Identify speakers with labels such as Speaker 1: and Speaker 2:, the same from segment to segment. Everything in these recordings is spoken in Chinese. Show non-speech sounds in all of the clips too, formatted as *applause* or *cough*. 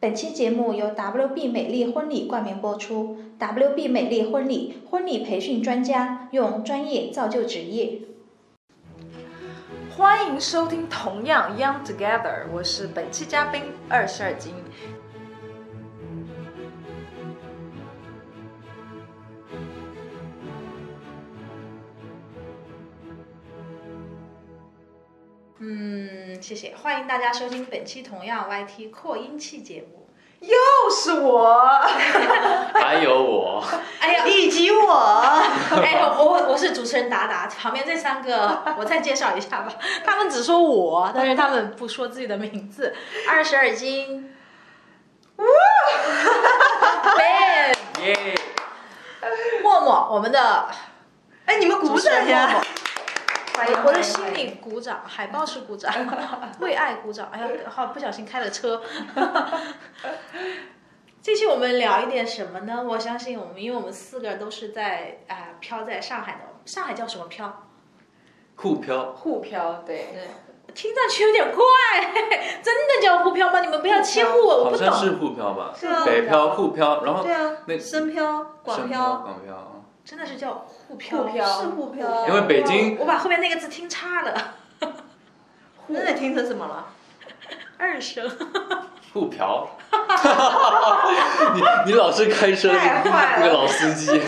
Speaker 1: 本期节目由 WB 美丽婚礼冠名播出。WB 美丽婚礼婚礼培训专家，用专业造就职业。
Speaker 2: 欢迎收听同样 Young Together，我是本期嘉宾二十二金。
Speaker 1: 嗯，谢谢，欢迎大家收听本期同样 YT 扩音器节 *laughs* 目。
Speaker 2: 又是我，
Speaker 3: 还有我，
Speaker 1: 哎呀，
Speaker 2: 以及我，
Speaker 1: 哎，我我是主持人达达，旁边这三个我再介绍一下吧。 *laughs* 他们只说我，但是他们不说自己的名字。二十二斤，哇，
Speaker 3: 耶！
Speaker 1: 默默，我们的
Speaker 2: 哎，你们鼓掌呀！
Speaker 1: 哎我的心里鼓掌，海报是 *laughs* 鼓掌，为爱鼓掌。哎呀，好不小心开了车。 *laughs* 这期我们聊一点什么呢？我相信我们，因为我们四个都是在啊、飘在上海的，上海叫什么飘？
Speaker 3: 酷飘，
Speaker 2: 互飘，对，
Speaker 1: 听上去有点怪， *laughs* 真的叫沪漂吗？你们不要欺负哦我，我
Speaker 3: 好
Speaker 1: 不
Speaker 3: 像
Speaker 1: 懂。
Speaker 3: 是沪漂吧？
Speaker 2: 是啊
Speaker 3: 北漂、沪漂，然后
Speaker 4: 对啊，
Speaker 3: 那
Speaker 4: 深漂、广
Speaker 3: 深
Speaker 4: 漂，
Speaker 3: 广漂，
Speaker 1: 真的是叫沪漂，
Speaker 2: 沪漂
Speaker 4: 是沪漂
Speaker 3: 因为北京
Speaker 1: 我把后面那个字听差了，
Speaker 4: 那你听成什么了？
Speaker 1: 二声。
Speaker 3: 沪漂。你 *laughs* 你老是开车，
Speaker 2: 太坏了
Speaker 3: 那个老司机，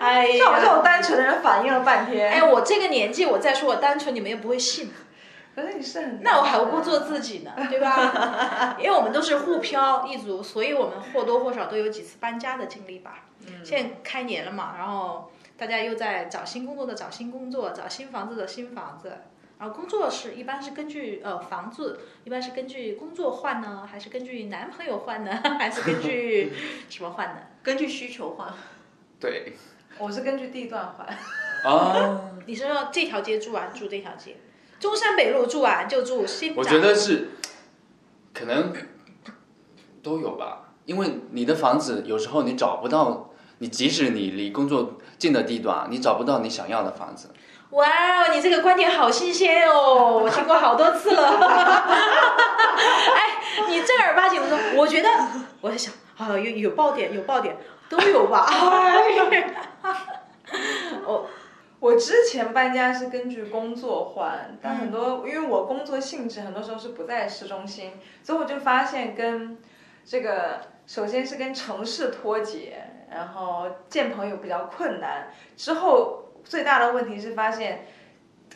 Speaker 1: 哎
Speaker 2: 像我这
Speaker 1: 呀，
Speaker 2: 种单纯的人反应了半天。
Speaker 1: 哎，我这个年纪，我再说我单纯，你们也不会信。
Speaker 2: 可是你是很，
Speaker 1: 那我还不如做自己呢，对吧？因为我们都是沪漂一族，所以我们或多或少都有几次搬家的经历吧。
Speaker 3: 嗯
Speaker 1: 现在开年了嘛，然后大家又在找新工作的找新工作，找新房子的新房子。然后工作是一般是根据呃房子，一般是根据工作换呢，还是根据男朋友换呢， *laughs* 还是根据
Speaker 3: *laughs*
Speaker 1: 什么换呢？
Speaker 4: 根据需求换，
Speaker 3: 对
Speaker 2: 我是根据地段还。
Speaker 3: 啊，
Speaker 1: 你是说这条街住完住这条街，中山北路住完就住新闸？
Speaker 3: 我觉得是，可能都有吧，因为你的房子有时候你找不到，你即使你离工作近的地段，你找不到你想要的房子，
Speaker 1: 哇，哦你这个观点好新鲜哦，我听过好多次了。 *laughs* 哎，你正儿八经的说，我觉得，我在想，啊，有有爆点，有爆点，都有吧。
Speaker 2: 我之前搬家是根据工作换，但
Speaker 1: 嗯
Speaker 2: 很多、因为我工作性质很多时候是不在市中心，所以我就发现跟这个首先是跟城市脱节，然后见朋友比较困难。之后最大的问题是发现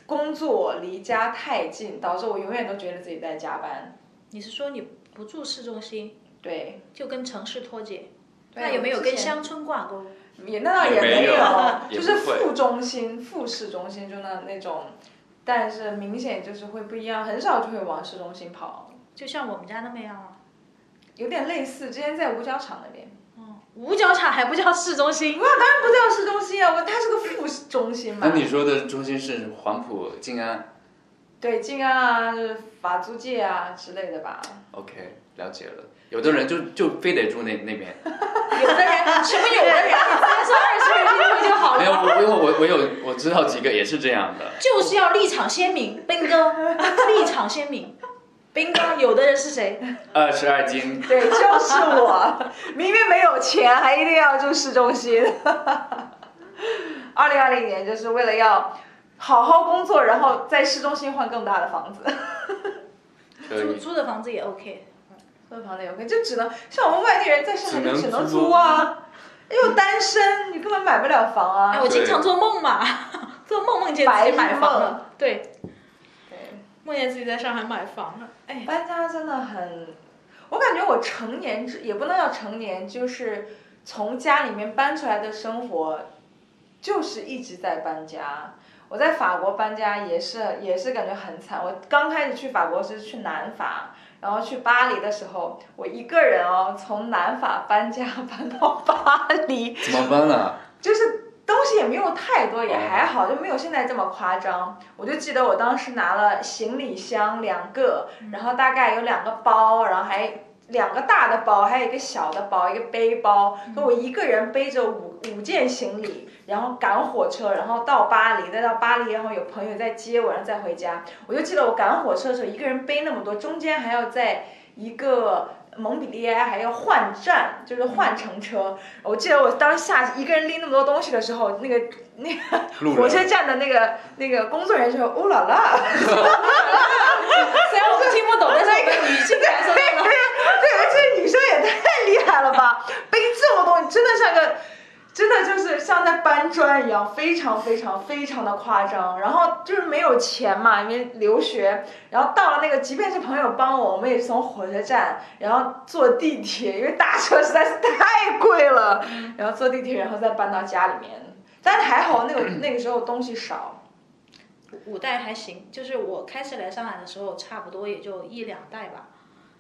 Speaker 2: 工作离家太近，导致我永远都觉得自己在加班。
Speaker 1: 你是说你不住市中心，
Speaker 2: 对，
Speaker 1: 就跟城市脱节？
Speaker 2: 对
Speaker 1: 那有没有
Speaker 2: 我之
Speaker 1: 跟
Speaker 2: 前
Speaker 1: 乡村挂钩？
Speaker 2: 也那倒
Speaker 3: 也
Speaker 2: 没
Speaker 3: 没有也
Speaker 2: 就
Speaker 3: 不
Speaker 2: 是
Speaker 3: 会
Speaker 2: 副中心、副市中心就那那种，但是明显就是会不一样，很少就会往市中心跑，
Speaker 1: 就像我们家那么样啊？
Speaker 2: 有点类似之前在五角场那边，
Speaker 1: 嗯，五角场还不叫市
Speaker 2: *laughs*
Speaker 1: 中心？
Speaker 2: 当然不叫市中心啊，我它是个副中心嘛
Speaker 3: 那，你说的中心是黄埔、静安
Speaker 2: 对，静安啊、法租界啊之类的吧，
Speaker 3: ，OK，了解了。有的人就就非得住那那边，
Speaker 1: 有的
Speaker 2: *laughs*
Speaker 1: 人什么有的人，你直接说二十个人就好
Speaker 3: 没有，
Speaker 1: 了，
Speaker 3: 我因为我我有我知道几个也是这样的，
Speaker 1: 就是要立场鲜明，bingo，立场鲜明，bingo。有的人是谁？
Speaker 3: 二十二斤，
Speaker 2: 对，就是我，明明没有钱，还一定要住市中心。二零二零年就是为了要好好工作，然后在市中心换更大的房子。
Speaker 3: 可
Speaker 1: 租
Speaker 3: 以，
Speaker 1: 租的房子也 OK。
Speaker 2: 租房的有个，就只能像我们外地人在上海就
Speaker 3: 只能
Speaker 2: 只能
Speaker 3: 租
Speaker 2: 租啊， *laughs* 又单身，你根本买不了房
Speaker 1: 哎，
Speaker 2: 啊。
Speaker 1: 我经常做梦嘛， *laughs* 做梦梦见自己买房了，对，
Speaker 2: 对，
Speaker 1: 梦见自己在上海买房了。哎，
Speaker 2: 搬家真的很，我感觉我成年之也不能叫成年，就是从家里面搬出来的生活，就是一直在搬家。我在法国搬家也是也是感觉很惨。我刚开始去法国是去南法，然后去巴黎的时候，我一个人哦从南法搬家 *laughs* 搬到巴黎，
Speaker 3: 怎么办啊？
Speaker 2: 就是东西也没有太多，也还好，就没有现在这么夸张。我就记得我当时拿了行李箱两个，然后大概有两个包，然后还两个大的包，还有一个小的包，一个背包。所以我一个人背着五五件行李，然后赶火车，然后到巴黎，再到巴黎，然后有朋友再接我，然后再回家。我就记得我赶火车的时候，一个人背那么多，中间还要在一个。
Speaker 5: 蒙彼利埃还要换站，就是
Speaker 3: 嗯
Speaker 5: 换乘车。我记得我当时下一个人拎那么多东西的时候，那个
Speaker 3: 路
Speaker 5: 火车
Speaker 3: 人
Speaker 5: 站的那个那个工作人员就说：“哦啦啦。”
Speaker 1: 虽然我们听不懂，
Speaker 5: 啊
Speaker 1: 但是我们语境感受到了。
Speaker 5: 对，这女生也太厉害了吧！背这么多东西，真的像个，真的就是像在搬砖一样，非常非常非常的夸张。然后就是没有钱嘛，因为留学，然后到了那个，即便是朋友帮我，我们也是从火车站，然后坐地铁，因为打车实在是太贵
Speaker 2: *laughs*
Speaker 5: 了，然后坐地铁，然后再搬到家里面。但还好那个那个时候东西少， *laughs*
Speaker 1: 五代还行，就是我开始来上海的时候，差不多也就一两代吧，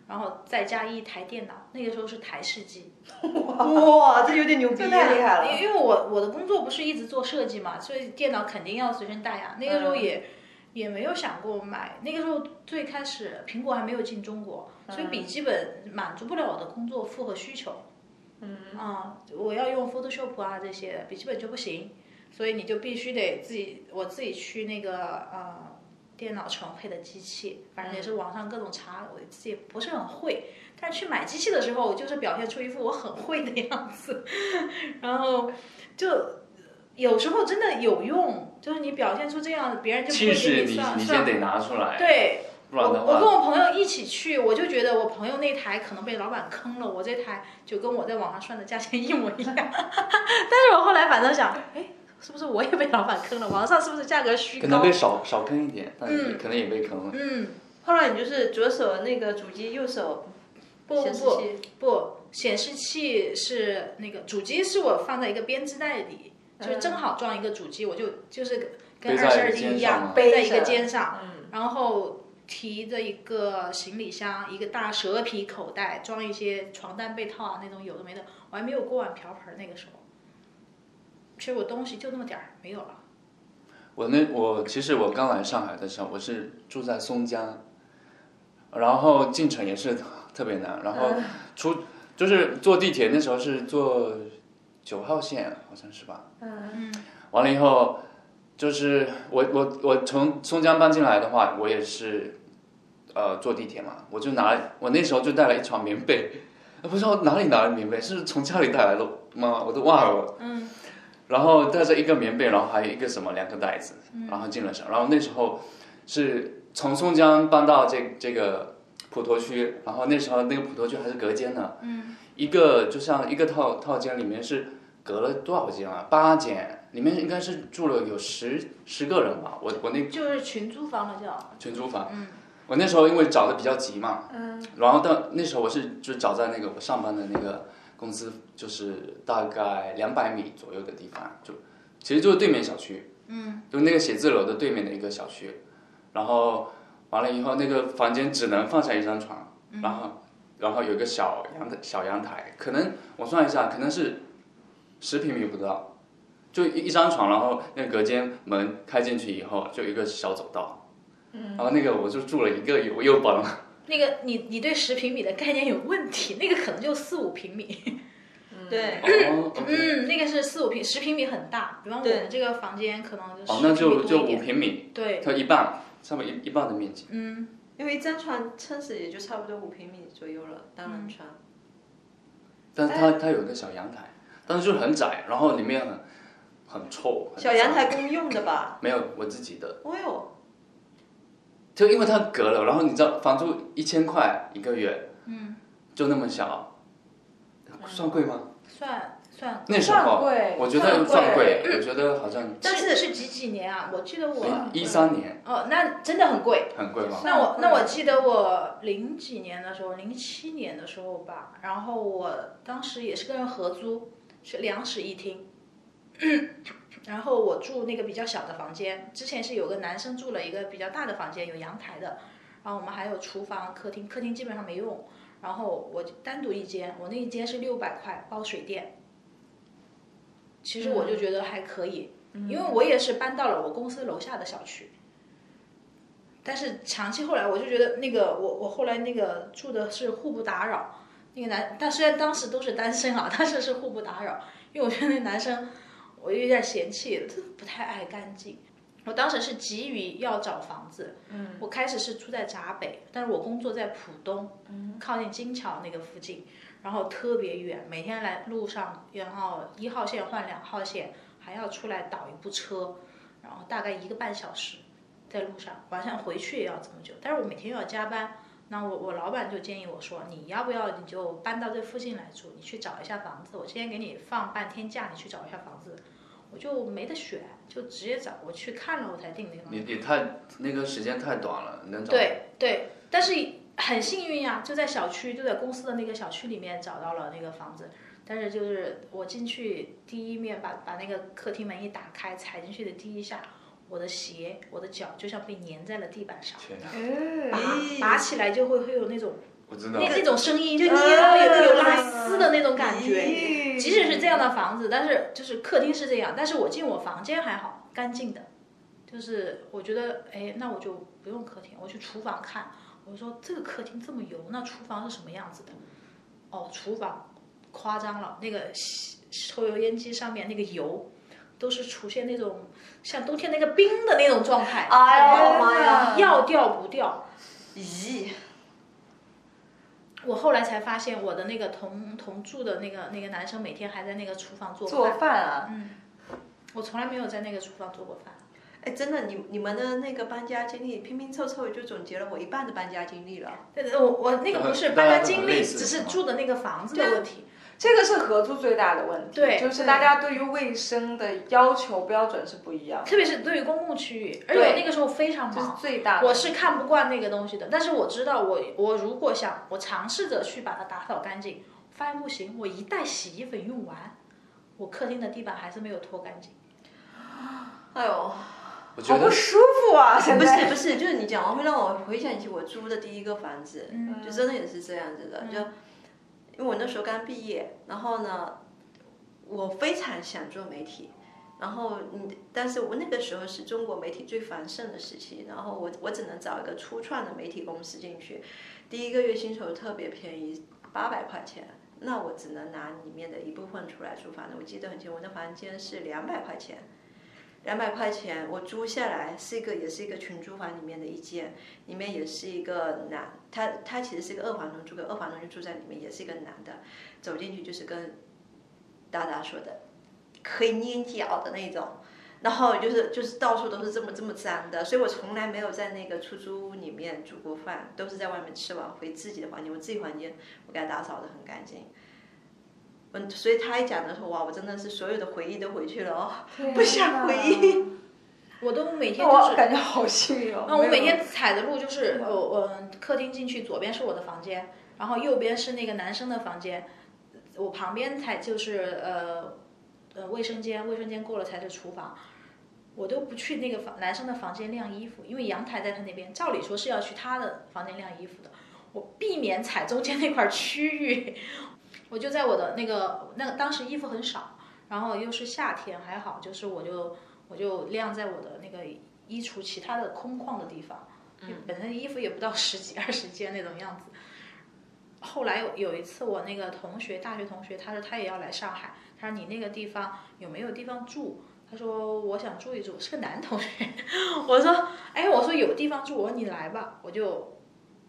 Speaker 1: 然后再加一台电脑，那个时候是台式机，
Speaker 2: *laughs* 哇，这有点牛逼
Speaker 5: 这
Speaker 2: 啊，
Speaker 5: 太厉害
Speaker 1: 因为
Speaker 5: 了。
Speaker 1: 因为我我的工作不是一直做设计嘛，所以电脑肯定要随身带呀。啊那个时候
Speaker 5: 嗯
Speaker 1: 也、也没有想过买，那个时候最开始苹果还没有进中国，所以笔记本满足不了我的工作负荷需求。嗯啊，我要用 Photoshop 啊这些，笔记本就不行，所以你就必须得自己，我自己去那个呃电脑城配的机器，反正也是网上各种查，我自己也不是很会。但去买机器的时候，我就是表现出一副我很会的样子， *laughs* 然后就有时候真的有用，就是你表现出这样，别人就不
Speaker 3: 气
Speaker 1: 会给
Speaker 3: 势
Speaker 1: 你
Speaker 3: 你
Speaker 1: 算
Speaker 3: 你
Speaker 1: 算
Speaker 3: 先得拿出来，
Speaker 1: 对，
Speaker 3: 不
Speaker 1: 我
Speaker 3: 然的
Speaker 1: 我跟
Speaker 3: 话，
Speaker 1: 我朋友一起去，我就觉得我朋友那台可能被老板坑了，我这台就跟我在网上算的价钱一模一样。 *laughs* 但是我后来反正想，哎，是不是我也被老板坑了？网上是不是价格虚
Speaker 3: 可能
Speaker 1: 高
Speaker 3: 被？少少坑一点，但
Speaker 1: 嗯
Speaker 3: 可能也被坑了。
Speaker 1: 嗯，
Speaker 2: 后来你就是左手那个主机，右手
Speaker 1: 不
Speaker 2: 显示
Speaker 1: 不
Speaker 2: 器
Speaker 1: 不，显示器是那个主机是我放在一个编织袋里，就是正好装一个主机，我就就是跟
Speaker 3: 背在
Speaker 1: 二十二
Speaker 3: 一个
Speaker 1: D 一
Speaker 3: 肩上
Speaker 1: 样
Speaker 3: 吗
Speaker 1: 背在
Speaker 5: 背
Speaker 1: 一个
Speaker 5: 着
Speaker 1: 肩上，
Speaker 2: 嗯，
Speaker 1: 然后提着一个行李箱，一个大蛇皮口袋，装一些床单、被套啊那种有的没的。我还没有锅碗瓢盆儿那个时候，其实我东西就那么点儿，没有了。
Speaker 3: 我那我其实我刚来上海的时候，我是住在松江，然后进城也是特别难，然后出就是坐地铁，那时候是坐九号线，好像是吧？
Speaker 1: 嗯，
Speaker 3: 完了以后，就是我我我从松江搬进来的话，我也是，呃，坐地铁嘛，我就拿我那时候就带了一床棉被，不知道哪里拿的棉被，是从家里带来的吗？我都忘了。
Speaker 1: 嗯。
Speaker 3: 然后带着一个棉被，然后还有一个什么两个袋子，然后进了城。然后那时候是从松江搬到这这个普陀区，然后那时候那个普陀区还是隔间呢，嗯，一个就像一个套套间里面是隔了多少间啊？八间，里面应该是住了有十十个人吧。我我那
Speaker 1: 就是群租房了就。
Speaker 3: 全租房，我那时候因为找的比较急嘛，然后到那时候我是就找在那个我上班的那个公司，就是大概两百米左右的地方，就其实就是对面小区，嗯，就那个写字楼的对面的一个小区，然后完了以后那个房间只能放下一张床，然后然后有一个小阳小阳台，可能我算一下，可能是十平米不到。就一一张床，然后那个隔间门开进去以后，就一个小走道，嗯，然后那个我就住了一个月，我又搬
Speaker 1: 哦
Speaker 3: 了。
Speaker 1: 那个你你对十平米的概念有问题，那个可能就四五平米。
Speaker 5: 嗯
Speaker 2: 对，
Speaker 3: 哦，OK
Speaker 1: 嗯，那个是四五平，十平米很大，比方我
Speaker 2: 对
Speaker 1: 们这个房间可能就
Speaker 3: 哦，
Speaker 1: 十
Speaker 3: 那
Speaker 1: 平
Speaker 3: 就
Speaker 1: 米多
Speaker 3: 就
Speaker 1: 一
Speaker 3: 五
Speaker 1: 点。
Speaker 3: 平米，
Speaker 1: 对，
Speaker 3: 它一半，上面一一半的面积。
Speaker 1: 嗯，
Speaker 2: 因为一张床撑死也就差不多五平米左右了，单人床。
Speaker 3: 但是
Speaker 1: 哎
Speaker 3: 它它有一个小阳台，但是就是很窄，然后里面很很
Speaker 5: 嗯
Speaker 3: 臭。很
Speaker 2: 小阳
Speaker 3: 脏
Speaker 2: 台公用的吧？
Speaker 3: 没有我自己的，
Speaker 2: 哦哟，
Speaker 3: 就因为它隔了，然后你知道房租一千块一个月，嗯，就那么小，算贵吗？
Speaker 1: 算算，
Speaker 3: 那时候
Speaker 5: 算贵
Speaker 3: 我觉得
Speaker 5: 算
Speaker 3: 算
Speaker 5: 贵
Speaker 3: 贵，我觉得好像
Speaker 1: 但
Speaker 2: 但是
Speaker 1: 是是几几年啊？我记得我
Speaker 3: 一三嗯年
Speaker 1: 哦，那真的很贵。
Speaker 3: 很贵吧？
Speaker 1: 那我那我记得我零几年的时候，零七年的时候吧，然后我当时也是跟人合租，是两室一厅，然后我住那个比较小的房间，之前是有个男生住了一个比较大的房间，有阳台的，然后我们还有厨房、客厅，客厅基本上没用，然后我就单独一间，我那一间是六百块包水电，其实我就觉得还可以，因为我也是搬到了我公司楼下的小区。但是长期后来，我就觉得那个我我后来那个住的是互不打扰，那个男，但虽然当时都是单身啊，但是是互不打扰，因为我觉得那男生我有点嫌弃，他不太爱干净。我当时是急于要找房子，嗯，我开始是住在闸北，但是我工作在浦东，嗯，靠近金桥那个附近，然后特别远，每天来路上，然后一号线换两号线，还要出来倒一部车，然后大概一个半小时，在路上，晚上回去也要这么久，但是我每天又要加班。那我我老板就建议我说，你要不要你就搬到这附近来住，你去找一下房子，我今天给你放半天假，你去找一下房子。我就没得选，就直接找我去看了，我才定那个房
Speaker 3: 你
Speaker 1: 子。
Speaker 3: 你太那个时间太短了，能找
Speaker 1: 对对，但是很幸运啊呀，就在小区，就在公司的那个小区里面找到了那个房子。但是就是我进去第一面把把那个客厅门一打开，踩进去的第一下，我的鞋，我的脚就像被粘在了地板上，
Speaker 3: 天哪，
Speaker 5: 嗯，
Speaker 1: 拔啊
Speaker 2: 哎
Speaker 1: 拔起来就会会有那种
Speaker 3: 我真的
Speaker 1: 那那种声音，就啊
Speaker 2: 嗯
Speaker 1: 捏到有有拉丝的那种感觉。
Speaker 5: 哎
Speaker 1: 即使是这样的房子，但是就是客厅是这样，但是我进我房间还好，干净的，就是我觉得哎，那我就不用客厅，我去厨房看。我说这个客厅这么油，那厨房是什么样子的？哦，厨房夸张了，那个吸抽油烟机上面那个油都是出现那种像冬天那个冰的那种状态，
Speaker 2: 哎
Speaker 5: 呦我的妈呀
Speaker 1: 要掉不掉。
Speaker 2: 咦，
Speaker 1: 我后来才发现，我的那个同同住的那个那个男生每天还在那个厨房做
Speaker 5: 做
Speaker 1: 饭，
Speaker 5: 饭啊，
Speaker 1: 我从来没有在那个厨房做过饭。
Speaker 2: 哎，真的，你你们的那个搬家经历拼拼凑凑也就总结了我一半的搬家经历了。
Speaker 1: 对对，我我那个不是搬家经历，只是住的那个房子的问题。
Speaker 5: 这个是合租最大的问题，
Speaker 1: 对
Speaker 5: 就是大家对于卫生的要求标准是不一样，
Speaker 1: 特别是啊对于公共区域，而且
Speaker 5: 对
Speaker 1: 我那个时候非常
Speaker 5: 这是
Speaker 1: 忙，
Speaker 5: 最大的。
Speaker 1: 我是看不惯那个东西的。但是我知道我，我如果想，我尝试着去把它打扫干净，发现不行，我一袋洗衣粉用完，我客厅的地板还是没有拖干净。
Speaker 2: 哎呦，
Speaker 3: 我觉
Speaker 5: 好不
Speaker 3: 得
Speaker 5: 舒服啊！现
Speaker 2: 不
Speaker 5: 在
Speaker 2: 是不是，就是你讲完会让我回想起我租的第一个房子，
Speaker 1: 嗯
Speaker 2: 就真的也是这样子的，就因为我那时候刚毕业，然后呢，我非常想做媒体，然后你，但是我那个时候是中国媒体最繁盛的时期，然后我我只能找一个初创的媒体公司进去，第一个月薪酬特别便宜，八百块钱。那我只能拿里面的一部分出来租房子，我记得很清楚，我那房间是两百块钱，两百块钱我租下来是一个也是一个群租房里面的一间，里面也是一个男，他他其实是一个二房东租给二房东就住在里面，也是一个男的，走进去就是跟达达说的可以捏脚的那种，然后就是就是到处都是这么这么脏的，所以我从来没有在那个出租屋里面煮过饭，都是在外面吃完回自己的房间，我自己房间我给他打扫的很干净。嗯，所以他一讲的时候，哇，我真的是所有的回忆都回去了哦，
Speaker 5: 啊
Speaker 2: 不想回忆。
Speaker 1: 哦我都每天
Speaker 5: 那
Speaker 1: 就是啊
Speaker 5: 我感觉好幸运哦。
Speaker 1: 那我
Speaker 5: 没
Speaker 1: 每
Speaker 5: 有
Speaker 1: 天踩的路就是我我客厅进去，左边是我的房间，然后右边是那个男生的房间，我旁边才就是呃呃卫生间，卫生间过了才是厨房。我都不去那个房男生的房间晾衣服，因为阳台在他那边，照理说是要去他的房间晾衣服的。我避免踩中间那块区域，我就在我的那个那个当时衣服很少，然后又是夏天还好，就是我就我就晾在我的那个衣橱其他的空旷的地方，因为本身衣服也不到十几二十件那种样子。后来有有一次，我那个同学，大学同学，他说他也要来上海，他说你那个地方有没有地方住？他说我想住一住，是个男同学。 *laughs* 我说哎，我说有地方住，我说你来吧，我就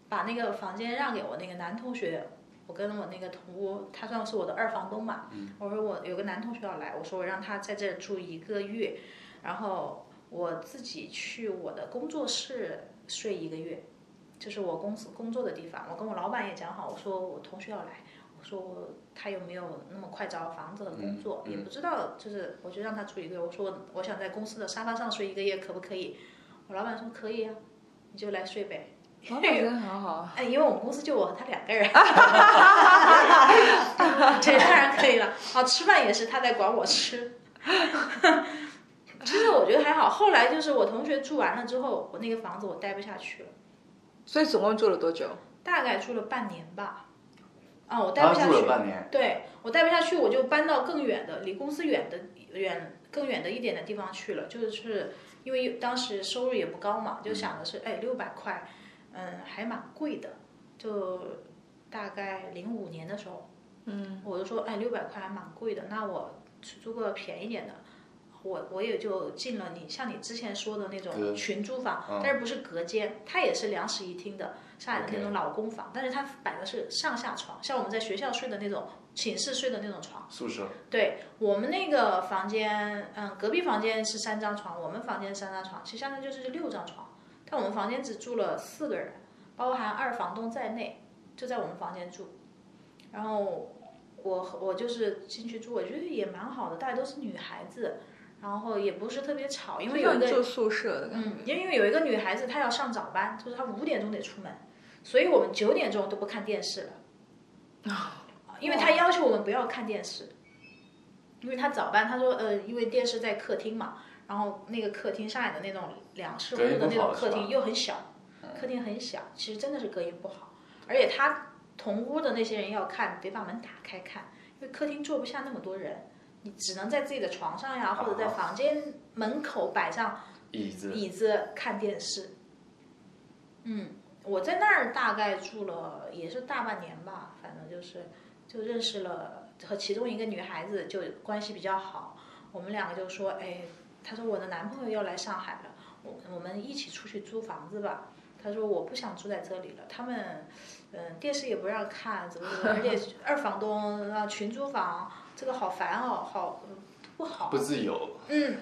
Speaker 1: 把那个房间让给我那个男同学。我跟我那个同屋，他算是我的二房东嘛。我说我有个男同学要来，我说我让他在这儿住一个月，然后我自己去我的工作室睡一个月，就是我公司工作的地方。我跟我老板也讲好，我说我同学要来，我说我他有没有那么快找到房子和工作，
Speaker 3: 嗯嗯
Speaker 1: 也不知道，就是我就让他住一个月。我说我我想在公司的沙发上睡一个月，可不可以？我老板说可以啊，你就来睡呗。
Speaker 5: 老板真的很好，
Speaker 1: 哎，因为我们公司就我和他两个人，这当然可以了。啊，吃饭也是他在管我吃。其实我觉得还好，后来就是我同学住完了之后，我那个房子我待不下去了，
Speaker 5: 所以总共住了多久？
Speaker 1: 大概住了半年吧。啊，我待
Speaker 3: 他
Speaker 1: 不下
Speaker 3: 住
Speaker 1: 去
Speaker 3: 了。半年，
Speaker 1: 对我待不下去，我就搬到更远的，离公司远的远更远的一点的地方去了。就是因为当时收入也不高嘛，就想的是，哎，六百块，嗯，还蛮贵的。就大概零五年的时候，嗯，我就说，哎，六百块还蛮贵的，那我去租个便宜点的。我我也就进了你像你之前说的那
Speaker 3: 隔
Speaker 1: 种群租房，但是不是隔间，它也是两室一厅的上海的那种老公房，但是它摆的是上下床，像我们在学校睡的那种寝室睡的那种床。
Speaker 3: 宿舍
Speaker 1: 对我们那个房间，嗯，隔壁房间是三张床，我们房间三张床，其实相当于就是六张床，但我们房间只住了四个人，包含二房东在内，就在我们房间住。然后我和我就是进去住，我觉得也蛮好的，大家都是女孩子，然后也不是特别吵，因为有一
Speaker 5: 就
Speaker 1: 个
Speaker 5: 像住宿舍的感觉。
Speaker 1: 嗯，因为有一个女孩子她要上早班，就是她五点钟得出门，所以我们九点钟都不看电视了，因为她要求我们不要看电视，因为她早班，她说呃，因为电视在客厅嘛，然后那个客厅上海的那种两室户
Speaker 3: 隔音
Speaker 1: 的
Speaker 3: 不
Speaker 1: 那种
Speaker 3: 好是
Speaker 1: 客厅
Speaker 3: 吧嗯
Speaker 1: 又很小，客厅很小，其实真的是隔音不好，而且她同屋的那些人要看，得把门打开看，因为客厅坐不下那么多人。你只能在自己的床上呀，或者在
Speaker 3: 啊
Speaker 1: 房间门口摆上
Speaker 3: 椅子
Speaker 1: 椅子看电视。嗯，我在那儿大概住了也是大半年吧，反正就是就认识了和其中一个女孩子，就关系比较好。我们两个就说，哎，她说我的男朋友要来上海了，我我们一起出去租房子吧。她说我不想住在这里了，他们，嗯，电视也不让看，怎么怎么，而且
Speaker 3: *laughs*
Speaker 1: 二房东啊群租房，这个好烦哦，好嗯不好
Speaker 3: 不。自由，
Speaker 1: 嗯，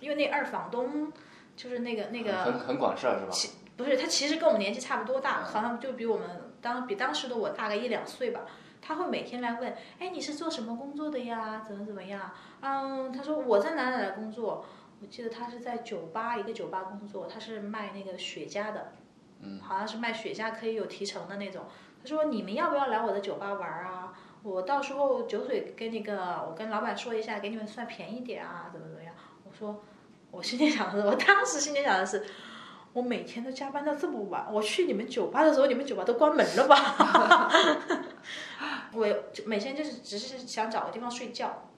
Speaker 1: 因为那二房东就是那个那
Speaker 3: 很
Speaker 1: 个，
Speaker 3: 很管事儿是吧？
Speaker 1: 不是他其实跟我们年纪差不多大，
Speaker 3: 嗯
Speaker 1: 好像就比我们当比当时的我大概一两岁吧。他会每天来问，哎，你是做什么工作的呀？怎么怎么样？嗯，他说我在哪哪哪工作，我记得他是在酒吧一个酒吧工作，他是卖那个雪茄的，嗯，好像是卖雪茄可以有提成的那种。他说你们要不要来我的酒吧玩啊？我到时候酒水跟那个我跟老板说一下，给你们算便宜点啊，怎么怎么样？我说我心里想的是，我当时心里想的是。我每天都加班到这么晚，我去你们酒吧的时候，你们酒吧都关门了吧？ *laughs* 我就每天就是只是想找个地方睡觉，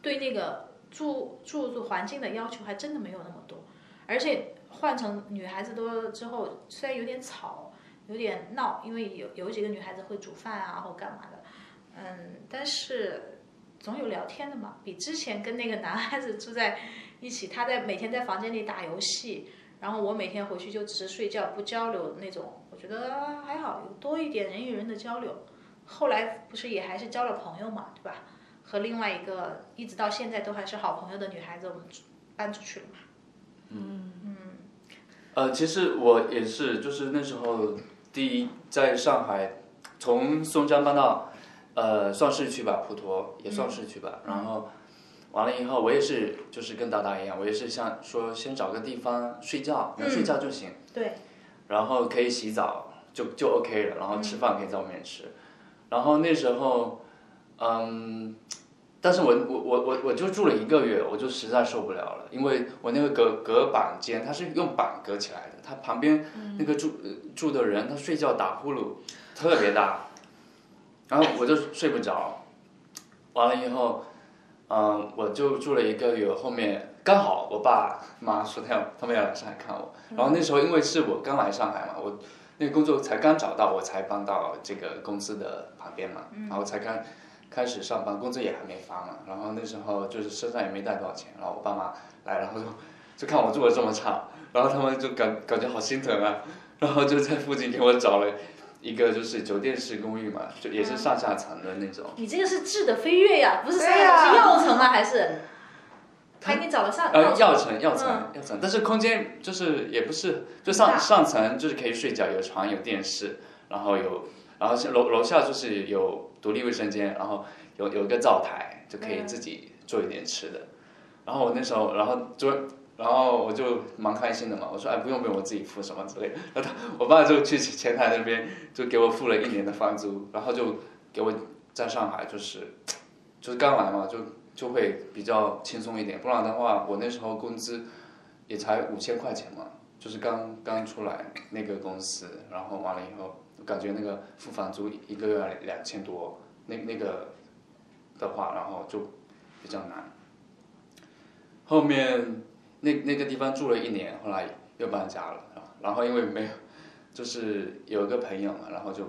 Speaker 1: 对那个住住住环境的要求还真的没有那么多，而且换成女孩子多了之后，虽然有点吵，有点闹，因为有有几个女孩子会煮饭啊或干嘛的，嗯，但是总有聊天的嘛，比之前跟那个男孩子住在一起，他在每天在房间里打游戏，然后我每天回去就只是睡觉不交流那种，我觉得还好，有多一点人与人的交流。后来不是也还是交了朋友嘛，对吧？和另外一个一直到现在都还是好朋友的女孩子，我们搬出去了嘛。
Speaker 3: 呃，其实我也是，就是那时候第一在上海，从松江搬到呃算市区吧，普陀也
Speaker 1: 嗯
Speaker 3: 算市区吧。然后完了以后，我也是就是跟达达一样，我也是想说先找个地方睡觉，能睡觉就行，
Speaker 1: 嗯对，
Speaker 3: 然后可以洗澡就就 OK 了，然后
Speaker 1: 嗯
Speaker 3: 吃饭可以在外面吃。然后那时候，嗯。但是我我我我我就住了一个月，我就实在受不了了，因为我那个隔隔板间，它是用板隔起来的，它旁边那个住、呃住的人，他睡觉打呼噜特别大，然后我就睡不着，完了以后，嗯、我就住了一个月，后面刚好我爸妈说他要他们要来上海看我，然后那时候因为是我刚来上海嘛，我那个工作才刚找到，我才搬到这个公司的旁边嘛，然后才刚。开始上班，工资也还没发嘛，然后那时候就是身上也没带多少钱，然后我爸妈来，然后就 *laughs* 就看我住的这么差，然后他们就感感觉好心疼啊，然后就在附近给我找了一个就是酒店式公寓嘛，就也是上下层的那种，
Speaker 1: 你这个是质的飞跃呀，不是三
Speaker 5: 对呀嗯
Speaker 1: 是药城吗？还是还给你找了上
Speaker 3: 呃，
Speaker 1: 药
Speaker 3: 药
Speaker 1: 城
Speaker 3: 层药层药层，但是空间就是也不是，就上
Speaker 1: 大
Speaker 3: 上层就是可以睡觉，有床有电视，然后有，然后是楼楼下就是有独立卫生间，然后有有一个灶台，就可以自己做一点吃的。然后我那时候，然后就然后我就蛮开心的嘛，我说哎不用不用，我自己付什么之类的。 *laughs* 然后他我爸就去前台那边就给我付了一年的房租，然后就给我在上海就是就是刚来嘛，就就会比较轻松一点。不然的话，我那时候工资也才五千块钱嘛，就是刚刚出来那个公司，然后完了以后，我感觉那个付房租一个月两千多，那那个的话，然后就比较难。后面那那个地方住了一年，后来又搬家了，然后因为没有，就是有一个朋友嘛，然后就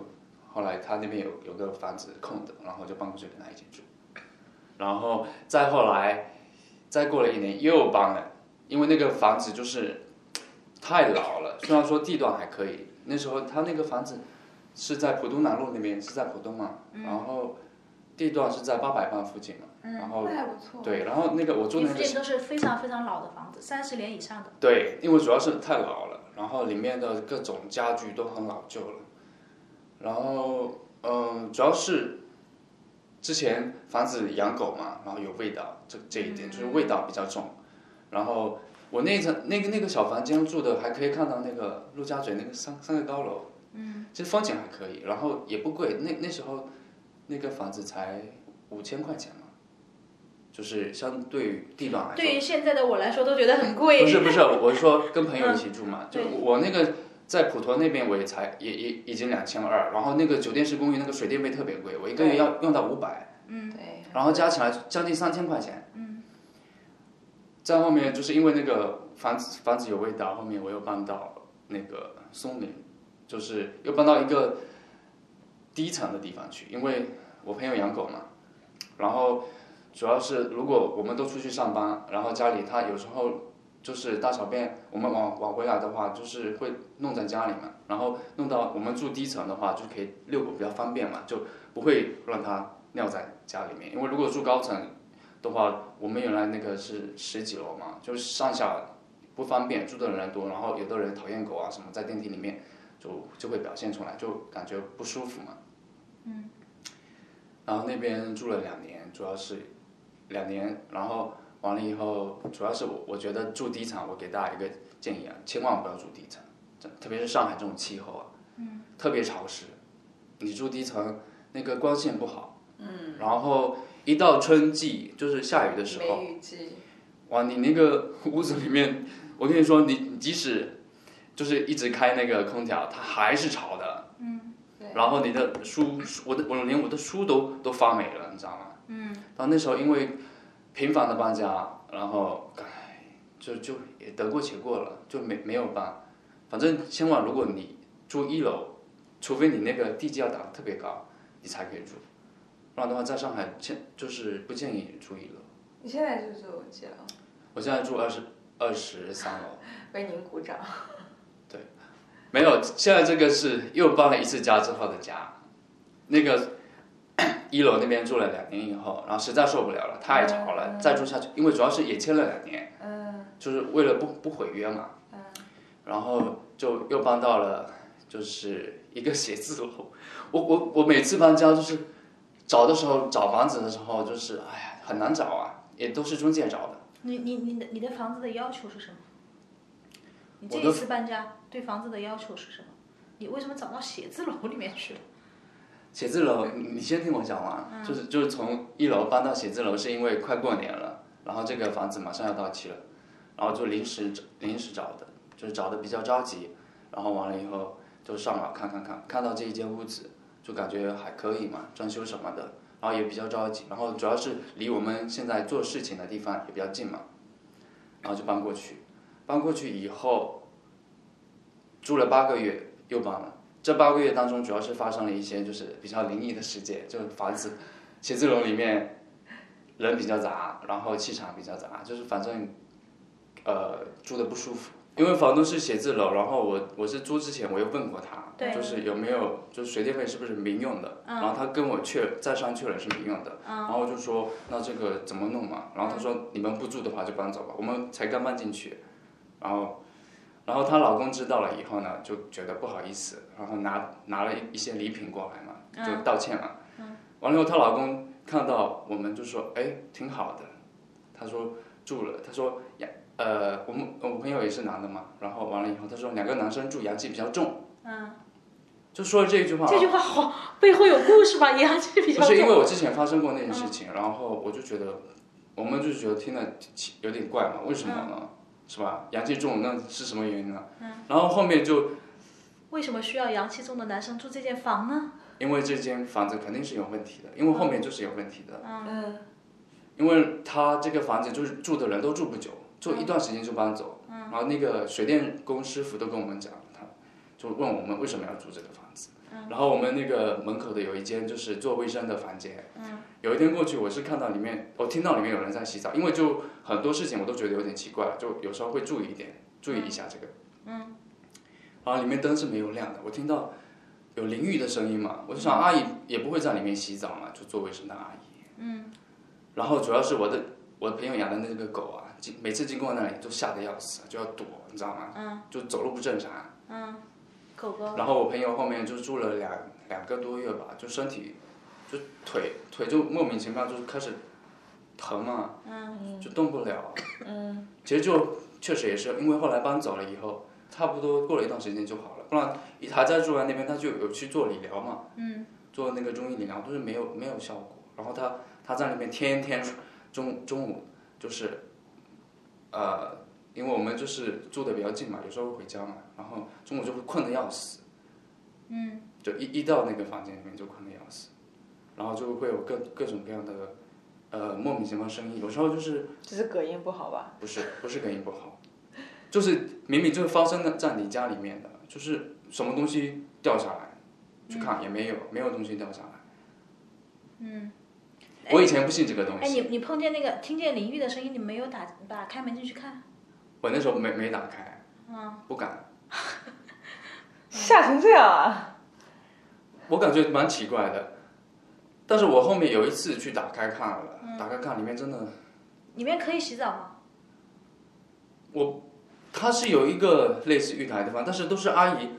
Speaker 3: 后来他那边有有个房子空的，然后就搬过去跟他一起住。然后再后来，再过了一年又搬了，因为那个房子就是太老了，虽然说地段还可以，那时候他那个房子是在浦东南路那边，是在浦东嘛，
Speaker 5: 嗯
Speaker 3: 然后地段是在八百万附近嘛，然后
Speaker 5: 那还不错。
Speaker 3: 对，然后那个我住
Speaker 1: 因为
Speaker 3: 那
Speaker 1: 附
Speaker 3: 个
Speaker 1: 近都是非常非常老的房子，三十年以上的。
Speaker 3: 对，因为主要是太老了，然后里面的各种家具都很老旧了，然后嗯，主要是之前房子养狗嘛，然后有味道，这这一点就是味道比较重。然后我那层那个那个小房间住的还可以看到那个陆家嘴那个三三个高楼，嗯，其实风景还可以，然后也不贵，那那时候那个房子才五千块钱嘛，就是相对于地段来说。
Speaker 1: 对于现在的我来说，都觉得很贵。
Speaker 3: 啊不是不是，我是说跟朋友一起住嘛，就我那个在普陀那边我也才也也已经两千二，然后那个酒店式公寓那个水电费特别贵，我一个月要用到五百，
Speaker 5: 对，
Speaker 3: 然后加起来将近三千块钱。嗯。在后面就是因为那个房子房子有味道，后面我又搬到那个松林，就是又搬到一个低层的地方去，因为我朋友养狗嘛，然后主要是如果我们都出去上班，然后家里它有时候就是大小便，我们往往回来的话，就是会弄在家里嘛，然后弄到我们住低层的话，就可以遛狗比较方便嘛，就不会让它尿在家里面。因为如果住高层的话，我们原来那个是十几楼嘛，就是上下不方便，住的人多，然后有的人讨厌狗啊什么，在电梯里面就就会表现出来，就感觉不舒服嘛。嗯。然后那边住了两年，主要是两年，然后完了以后，主要是我我觉得住低层，我给大家一个建议啊，千万不要住低层，这特别是上海这种气候啊，嗯，特别潮湿，你住低层那个光线不好，嗯，然后一到春季就是下雨的时候，
Speaker 5: 梅雨季，
Speaker 3: 哇，你那个屋子里面，我跟你说，你你即使就是一直开那个空调，它还是潮的。嗯。然后你的书，我的我连我的书都都发霉了，你知道吗？嗯。然后那时候因为频繁的搬家，然后唉，就就也得过且过了，就没没有搬。反正千万，如果你住一楼，除非你那个地基要打得特别高，你才可以住。不然的话，在上海建就是不建议住一楼。
Speaker 5: 你现在就是我记了，
Speaker 3: 我现在住二十二十三楼，
Speaker 5: 为您鼓掌。
Speaker 3: 没有，现在这个是又搬了一次家之后的家，那个 *clears throat* 一楼那边住了两年以后，然后实在受不了了，太吵了，再住下去，因为主要是也签了两年，就是为了不不毁约嘛，然后就又搬到了就是一个写字楼， *laughs* 我我我每次搬家就是找的时候找房子的时候就是哎呀很难找啊，也都是中介找的。
Speaker 1: 你你你的你的房子的要求是什么？你这
Speaker 3: 我
Speaker 1: 一次搬家对房子的要求是什么？你为什么找到写字楼里面去了？
Speaker 3: 写字楼，你你先听我讲完，就是就是从一楼搬到写字楼，是因为快过年了，然后这个房子马上要到期了，然后就临时找临时找的，就是找的比较着急，然后完了以后就上网看看看，看到这一间屋子，就感觉还可以嘛，装修什么的，然后也比较着急，然后主要是离我们现在做事情的地方也比较近嘛，然后就搬过去，搬过去以后，住了八个月又搬了。这八个月当中，主要是发生了一些就是比较灵异的事件，就是房子写字楼里面人比较杂，然后气场比较杂，就是反正呃住的不舒服。因为房东是写字楼，然后我我是租之前我又问过他，
Speaker 1: 对
Speaker 3: 就是有没有就是水电费是不是民用的，然后他跟我确再三确认是民用的，然后我就说那这个怎么弄嘛，然后他说你们不住的话就搬走吧，我们才刚搬进去，然后然后她老公知道了以后呢，就觉得不好意思，然后拿拿了一一些礼品过来嘛，就道歉嘛。完了以后，她老公看到我们就说：“哎，挺好的。”他说住了，他说阳呃，我们我朋友也是男的嘛，然后完了以后，他说两个男生住阳气比较重。嗯。就说了这一句话，啊
Speaker 1: 这句话好背后有故事吧？阳气比较
Speaker 3: 不是因为
Speaker 1: 重。
Speaker 3: 我之前发生过那件事情，然后我就觉得，我们就觉得听了奇有点怪嘛，为什么呢？
Speaker 1: 嗯
Speaker 3: 是吧？阳气重那是什么原因呢？然后后面就
Speaker 1: 为什么需要阳气重的男生住这间房呢？
Speaker 3: 因为这间房子肯定是有问题的，因为后面就是有问题的，
Speaker 5: 嗯，
Speaker 3: 因为他这个房子就是住的人都住不久，住一段时间就搬走，然后那个水电工师傅都跟我们讲，他就问我们为什么要住这个房子，然后我们那个门口的有一间就是做卫生的房间，有一天过去，我是看到里面，我听到里面有人在洗澡，因为就很多事情我都觉得有点奇怪了，就有时候会注意一点，注意一下这个。嗯。然后里面灯是没有亮的，我听到有淋浴的声音嘛，我就想阿姨也不会在里面洗澡嘛，就做卫生的阿姨。嗯。然后主要是我的我朋友养的那个狗啊，经每次经过那里就吓得要死，啊就要躲，你知道吗？嗯。就走路不正常。
Speaker 1: 狗狗，
Speaker 3: 然后我朋友后面就住了两两个多月吧，就身体，就腿腿就莫名其妙就开始疼嘛，就动不了。其实就确实也是因为后来搬走了以后，差不多过了一段时间就好了，不然一还在住在那边，他就有去做理疗嘛，做那个中医理疗都是没有没有效果。然后他他在那边天天中中午就是，呃，因为我们就是住的比较近嘛，有时候会回家嘛，然后中午就会困得要死。就一一到那个房间里面就困得要死，然后就会有各各种各样的，呃，莫名其妙的声音，有时候就是
Speaker 5: 这是隔音不好吧？
Speaker 3: 不是不是隔音不好，就是明明就是发生的在你家里面的，就是什么东西掉下来，去
Speaker 1: 嗯
Speaker 3: 看也没有，没有东西掉下来。
Speaker 1: 哎
Speaker 3: 我以前不信这个东
Speaker 1: 哎，你
Speaker 3: 西，
Speaker 1: 你碰见那个听见淋浴的声音，你没有打打开门进去看？
Speaker 3: 我那时候没没打开，
Speaker 1: 嗯
Speaker 3: 不敢，
Speaker 5: 吓成这样啊！
Speaker 3: 我感觉蛮奇怪的。但是我后面有一次去打开看了，
Speaker 1: 嗯
Speaker 3: 打开看里面真的
Speaker 1: 里面可以洗澡吗？
Speaker 3: 它是有一个类似浴台的方，但是都是阿姨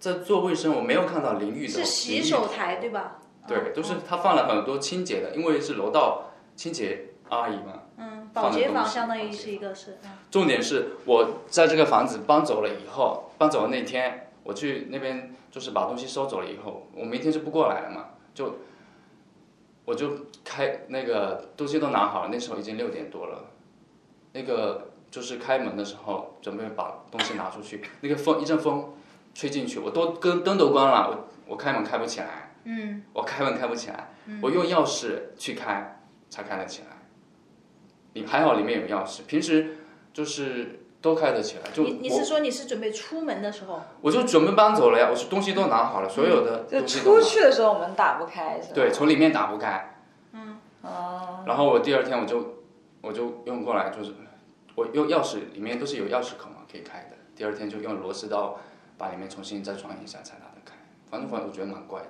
Speaker 3: 在做卫生，我没有看到淋浴的。
Speaker 1: 是洗手台对吧？
Speaker 3: 对，都是她放了很多清洁的，因为是楼道清洁阿姨嘛。
Speaker 1: 嗯，
Speaker 3: 放
Speaker 1: 保
Speaker 3: 的
Speaker 1: 洁
Speaker 3: 东
Speaker 1: 房
Speaker 3: 西
Speaker 1: 相当于
Speaker 3: 保洁
Speaker 1: 是一个是，嗯
Speaker 3: 重点是我在这个房子搬走了以后，搬走的那天，我去那边就是把东西收走了以后，我明天就不过来了嘛，就我就开那个东西都拿好了，那时候已经六点多了，那个就是开门的时候准备把东西拿出去， *laughs* 那个风一阵风吹进去，我都跟灯都关了，我我开门开不起来，嗯，我开门开不起来，
Speaker 1: 嗯
Speaker 3: 我用钥匙去开才开得起来，你还好里面有钥匙，平时。就是都开得起来，就
Speaker 1: 你你
Speaker 3: 我
Speaker 1: 是说你是准备出门的时候？
Speaker 3: 我就准备搬走了呀，我是东西都拿好了，所有的
Speaker 5: 嗯就
Speaker 3: 东西嗯都
Speaker 5: 出
Speaker 3: 拿
Speaker 5: 去的时候我们打不开是吧？
Speaker 3: 对，从里面打不开。
Speaker 5: 哦，
Speaker 3: 然后我第二天我就我就用过来，就是我用钥匙里面都是有钥匙孔嘛，可以开的。第二天就用螺丝刀把里面重新再装一下才打得开。反正反正我觉得蛮怪的，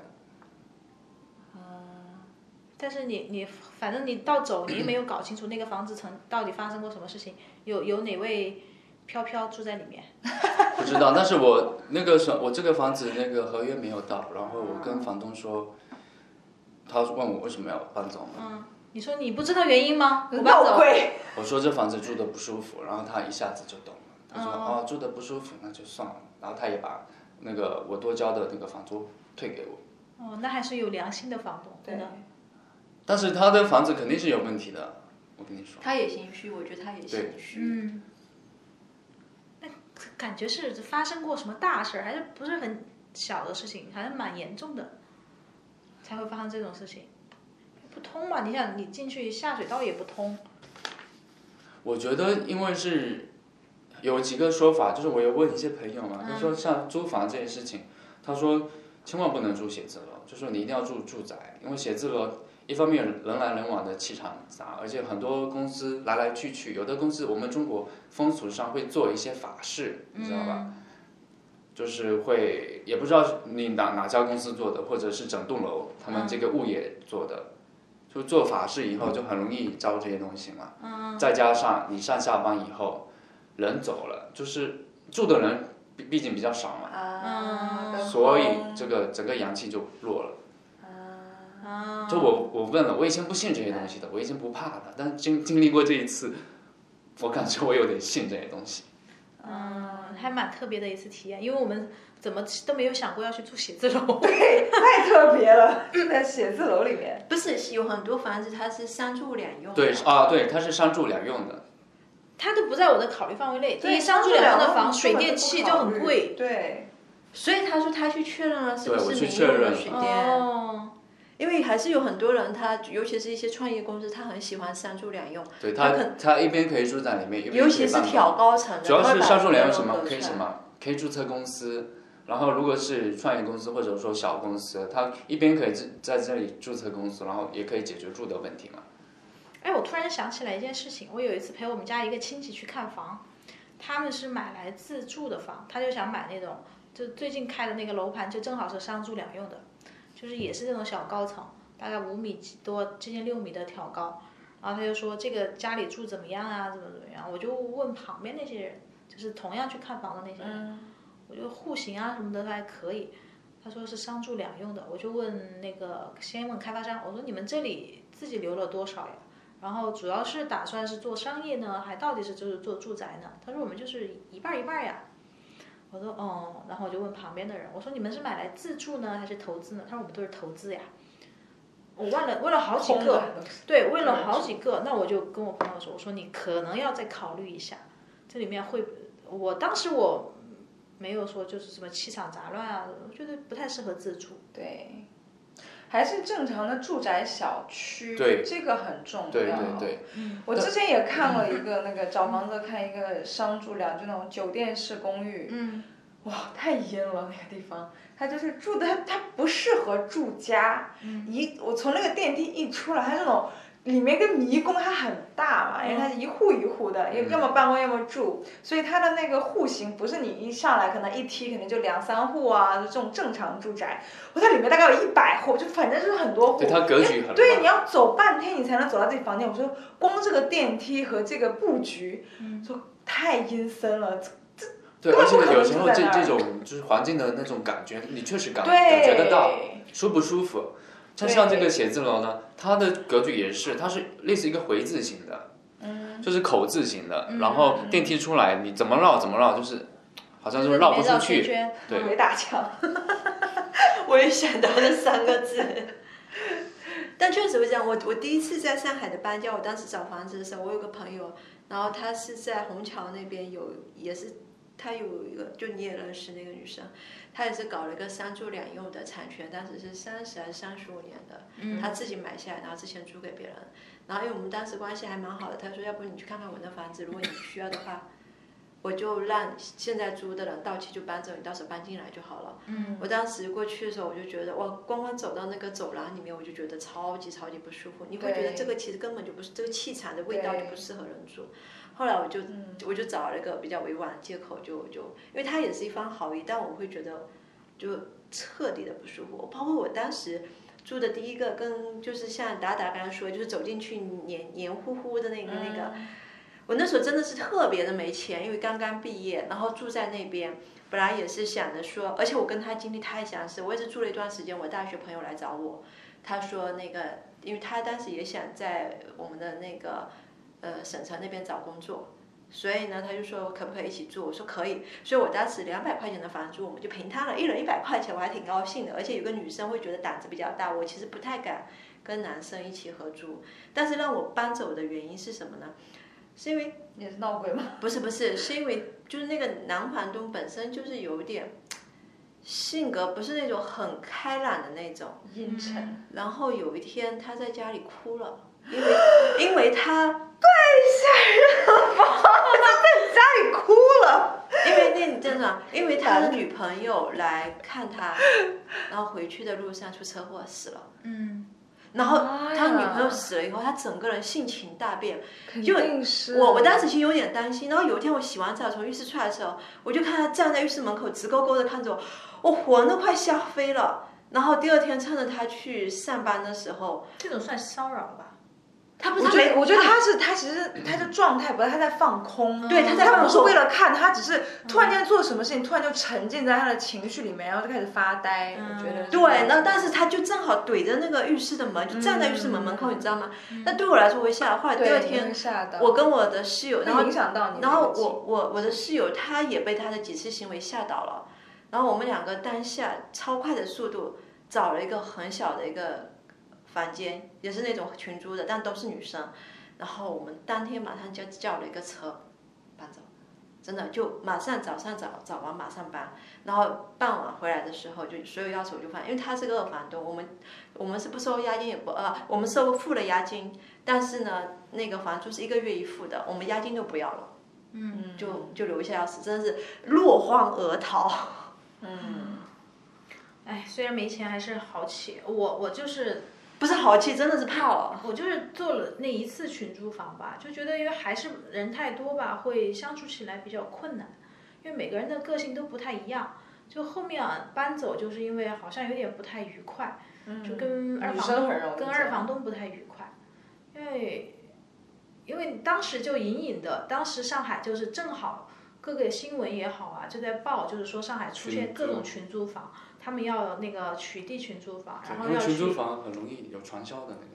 Speaker 1: 但是你你反正你到走，你也没有搞清楚那个房子曾到底发生过什么事情，有有哪位飘飘住在里面？
Speaker 3: 不知道。但是我那个时候我这个房子那个合约没有到，然后我跟房东说，他问我为什么要搬走嘛，
Speaker 1: 你说你不知道原因吗？我搬
Speaker 5: 闹
Speaker 1: 走。
Speaker 5: 鬼，
Speaker 3: 我说这房子住的不舒服，然后他一下子就懂了，他说哦住的不舒服那就算了，然后他也把那个我多交的那个房租退给我，
Speaker 1: 哦，那还是有良心的房东，真的。
Speaker 3: 但是他的房子肯定是有问题的，我跟你
Speaker 2: *laughs*
Speaker 3: 说，
Speaker 2: 他也心虚，我觉得他也心虚。
Speaker 1: 嗯。那感觉是发生过什么大事儿，还是不是很小的事情，还是蛮严重的，才会发生这种事情。不通嘛？你想，你进去下水道也不通。
Speaker 3: 我觉得因为是有几个说法，就是我有问一些朋友嘛，就说像租房这件事情，他说千万不能住写字楼，就说你一定要住住宅，因为写字楼。一方面人来人往的气场杂，而且很多公司来来去去，有的公司我们中国风俗上会做一些法事，你知道吧？就是会也不知道是你哪哪家公司做的，或者是整栋楼他们这个物业做的，就做法事以后就很容易招这些东西嘛。再加上你上下班以后人走了，就是住的人毕毕竟比较少嘛，
Speaker 2: 嗯
Speaker 5: 啊跟
Speaker 3: 所以
Speaker 5: 风
Speaker 3: 这个整个阳气就弱了。
Speaker 2: 嗯
Speaker 1: 啊。
Speaker 3: 就我我问了，我以前不信这些东西的，我以前不怕的，但经经历过这一次， *laughs* 我感觉我有点信这些东西。
Speaker 1: 嗯，还蛮特别的一次体验，因为我们怎么都没有想过要去住写字楼。
Speaker 5: 对，太特别了，
Speaker 1: 嗯
Speaker 5: 住在写字楼里面，
Speaker 2: 不是有很多房子它是三住两用的，
Speaker 3: 对啊，对，它是商住两用的，
Speaker 1: 它都不在我的考虑范围内。第
Speaker 5: 对
Speaker 1: 一，商住两用的房，水电气就很贵。。
Speaker 5: 对，
Speaker 2: 所以他说他去确认了是不
Speaker 3: 对我
Speaker 2: 是
Speaker 3: 去
Speaker 2: 民
Speaker 3: 确
Speaker 2: 用
Speaker 3: 认
Speaker 2: 的
Speaker 3: 了
Speaker 2: 水电，
Speaker 1: 哦，
Speaker 2: 因为还是有很多人他，尤其是一些创业公司，他很喜欢三住两用，
Speaker 3: 对它
Speaker 2: 可
Speaker 3: 它一边可以住在里面，一边
Speaker 2: 尤其
Speaker 3: 可以
Speaker 2: 是
Speaker 3: 办公
Speaker 2: 挑高层的，
Speaker 3: 主要
Speaker 2: 他会
Speaker 3: 是
Speaker 2: 把
Speaker 3: 商住两用
Speaker 2: 所
Speaker 3: 什
Speaker 2: 有
Speaker 3: 么
Speaker 2: 都
Speaker 3: 可以
Speaker 2: 出来
Speaker 3: 什么可以注册公司，然后如果是创业公司或者说小公司，它一边可以自在这里注册公司，然后也可以解决住的问题嘛。
Speaker 1: 哎，我突然想起来一件事情，我有一次陪我们家一个亲戚去看房，他们是买来自住的房，他就想买那种，就最近开的那个楼盘，就正好是商住两用的，就是也是那种小高层，大概五米多，接近六米的挑高。然后他就说这个家里住怎么样啊，怎么怎么样？我就问旁边那些人，就是同样去看房的那些人，我觉得户型啊什么的都还可以。他说是商住两用的，我就问那个先问开发商，我说你们这里自己留了多少呀？然后主要是打算是做商业呢，还到底是就是做住宅呢？他说我们就是一半儿一半儿呀。我说哦，然后我就问旁边的人，我说你们是买来自住呢，还是投资呢？他说我们都是投资呀。我问了问了好几
Speaker 5: 空
Speaker 1: 个
Speaker 5: 的，
Speaker 1: 对，问了好几个，那我就跟我朋友说，我说你可能要再考虑一下，这里面会，我当时我没有说就是什么气场杂乱啊，我觉得不太适合自住。
Speaker 5: 对，还是正常的住宅小区，
Speaker 3: 对
Speaker 5: 这个很重要。
Speaker 3: 对对对，
Speaker 1: 嗯
Speaker 5: 我之前也看了一个那个找房子看一个商住两，就那种酒店式公寓，
Speaker 1: 嗯，
Speaker 5: 哇，太阴了那个地方，它就是住的它不适合住家，一我从那个电梯一出来，它那种。里面跟迷宫它很大嘛，因为它是一户一户的，
Speaker 3: 嗯
Speaker 5: 要要么办公要么住，所以它的那个户型不是你一上来可能一梯可能就两三户啊，就这种正常住宅，我在里面大概有一百户，就反正就是很多户，
Speaker 3: 对它格局很
Speaker 5: 对，
Speaker 3: 乱
Speaker 5: 你要走半天你才能走到自己房间。我说光这个电梯和这个布局，说太阴森了。
Speaker 3: 对，
Speaker 5: 根
Speaker 3: 而
Speaker 5: 本不可
Speaker 3: 且
Speaker 5: 能
Speaker 3: 有时
Speaker 5: 住
Speaker 3: 候
Speaker 5: 在
Speaker 3: 这
Speaker 5: 那儿
Speaker 3: 这种就是环境的那种感觉，你确实感感觉得到
Speaker 5: 对，
Speaker 3: 舒不舒服。像
Speaker 5: 对
Speaker 3: 像这个写字楼呢，它的格局也是，它是类似一个回字形的，
Speaker 5: 嗯
Speaker 3: 就是口字形的，然后电梯出来，你怎么绕怎么绕，就是好像
Speaker 1: 就是是
Speaker 3: 绕
Speaker 1: 没
Speaker 3: 不出
Speaker 1: 绕圈
Speaker 3: 去。
Speaker 1: 圈，
Speaker 3: 对
Speaker 5: 鬼打墙。
Speaker 2: *laughs* 我也想到这三个字。但确实会这样。我我第一次在上海的搬家，我当时找房子的时候，我有个朋友，然后她是在虹桥那边有，也是她有一个，就你也认识那个女生，她也是搞了一个三住两用的产权，当时是三十还是三十五年的，她自己买下来，然后之前租给别人。然后因为我们当时关系还蛮好的，她说要不你去看看我的房子，如果你需要的话，我就让现在租的人到期就搬走，你到时候搬进来就好了。
Speaker 5: 嗯
Speaker 2: 我当时过去的时候，我就觉得哇，光光走到那个走廊里面，我就觉得超级超级不舒服。你会觉得
Speaker 5: 对
Speaker 2: 这个其实根本就不是这个气场的味道，
Speaker 5: 对嗯
Speaker 2: 就不适合人住。后来我就、我就找了一个比较委婉的借口，就就因为他也是一番好意，但我会觉得就彻底的不舒服。包括我当时住的第一个跟就是像达达刚刚说，就是走进去黏黏糊糊的那个、那个，
Speaker 5: 嗯
Speaker 2: 我那时候真的是特别的没钱，因为刚刚毕业，然后住在那边。本来也是想着说，而且我跟他经历太相似，我也是住了一段时间，我大学朋友来找我，他说那个，因为他当时也想在我们的那个呃省城那边找工作，所以呢，他就说可不可以一起住？我说可以，所以我当时两百块钱的房租，我们就平摊了，一人一百块钱，我还挺高兴的。而且有个女生会觉得胆子比较大，我其实不太敢跟男生一起合租，但是让我搬走的原因是什么呢？是因为
Speaker 5: 也是闹鬼吗？
Speaker 2: *laughs* 不是不是，是因为就是那个男房东本身就是有点性格不是那种很开朗的那种，
Speaker 5: 阴沉。
Speaker 2: 然后有一天他在家里哭了，因
Speaker 5: *laughs*
Speaker 2: 为因为他
Speaker 5: 啊家里哭了。
Speaker 2: 因为那你正
Speaker 5: *laughs*
Speaker 2: 常，因为他的女朋友来看他，然后回去的路上出车祸死了。
Speaker 1: 嗯，
Speaker 2: 然后
Speaker 5: 妈哎呀
Speaker 2: 他女朋友死了以后，他整个人性情大变，
Speaker 5: 肯
Speaker 2: 就
Speaker 5: 定是。
Speaker 2: 我我当时其实有点担心，然后有一天我洗完澡从浴室出来的时候，我就看他站在浴室门口直勾勾的看着我，我魂都快吓飞了。然后第二天趁着他去上班的时候，
Speaker 1: 这种算骚扰吧？
Speaker 2: 他不是
Speaker 5: 我
Speaker 2: 他
Speaker 5: 觉
Speaker 2: 没
Speaker 5: 得，我觉得他是他其实他的状态不是他在放空，
Speaker 2: 对他在放
Speaker 5: 不是
Speaker 2: 空
Speaker 5: 为了看，他只是突然间做什么事情，突然就沉浸在他的情绪里面，然后就开始发呆。我觉得是
Speaker 2: 对，那但是他就正好怼着那个浴室的门，就站在浴室门门口，你知道吗？那对我来说我会吓。后来第
Speaker 5: 嗯对
Speaker 2: 二
Speaker 5: 你会
Speaker 2: 天，
Speaker 5: 吓到，
Speaker 2: 我跟我的室友，然后
Speaker 5: 影响到你的
Speaker 2: 然后
Speaker 5: 日记
Speaker 2: 我我我的室友他也被他的几次行为吓到了，然后我们两个当下超快的速度找了一个很小的一个房间，也是那种群租的，但都是女生，然后我们当天马上就叫了一个车搬走，真的就马上早上早早完马上搬，然后傍晚回来的时候就所有钥匙我就放，因为他是个二房东，我们我们是不收押金也不呃我们收付了押金，但是呢那个房租是一个月一付的，我们押金都不要了。
Speaker 1: 嗯，
Speaker 2: 就就留下钥匙，真的是落荒而逃。
Speaker 5: 嗯，
Speaker 1: 哎，虽然没钱，还是好起。我我就是
Speaker 2: 不是豪气，真的是怕了。
Speaker 1: 我就是做了那一次群租房吧，就觉得因为还是人太多吧，会相处起来比较困难，因为每个人的个性都不太一样。就后面啊搬走，就是因为好像有点不太愉快，就跟嗯二
Speaker 5: 女
Speaker 1: 房
Speaker 5: 生
Speaker 1: 东
Speaker 5: 很容易
Speaker 1: 跟
Speaker 5: 这
Speaker 1: 二
Speaker 5: 样
Speaker 1: 房东不太愉快，因为因为当时就隐隐的，当时上海就是正好各个新闻也好啊，就在报，就是说上海出现
Speaker 3: 群
Speaker 1: 各种
Speaker 3: 租
Speaker 1: 群租房，他们要那个取缔群租房，然后
Speaker 3: 因为
Speaker 1: 要
Speaker 3: 群租
Speaker 1: 去，
Speaker 3: 房很容易有传销的那个。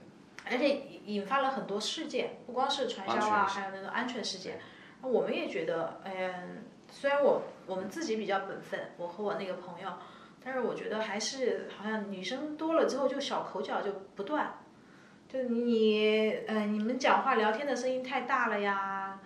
Speaker 1: 而且引引发了很多事件，不光是传销啊，
Speaker 3: 安全事
Speaker 1: 还有那个安全事件。那我们也觉得，嗯，虽然我我们自己比较本分，我和我那个朋友，但是我觉得还是好像女生多了之后就小口角就不断，就你呃你们讲话聊天的声音太大了呀，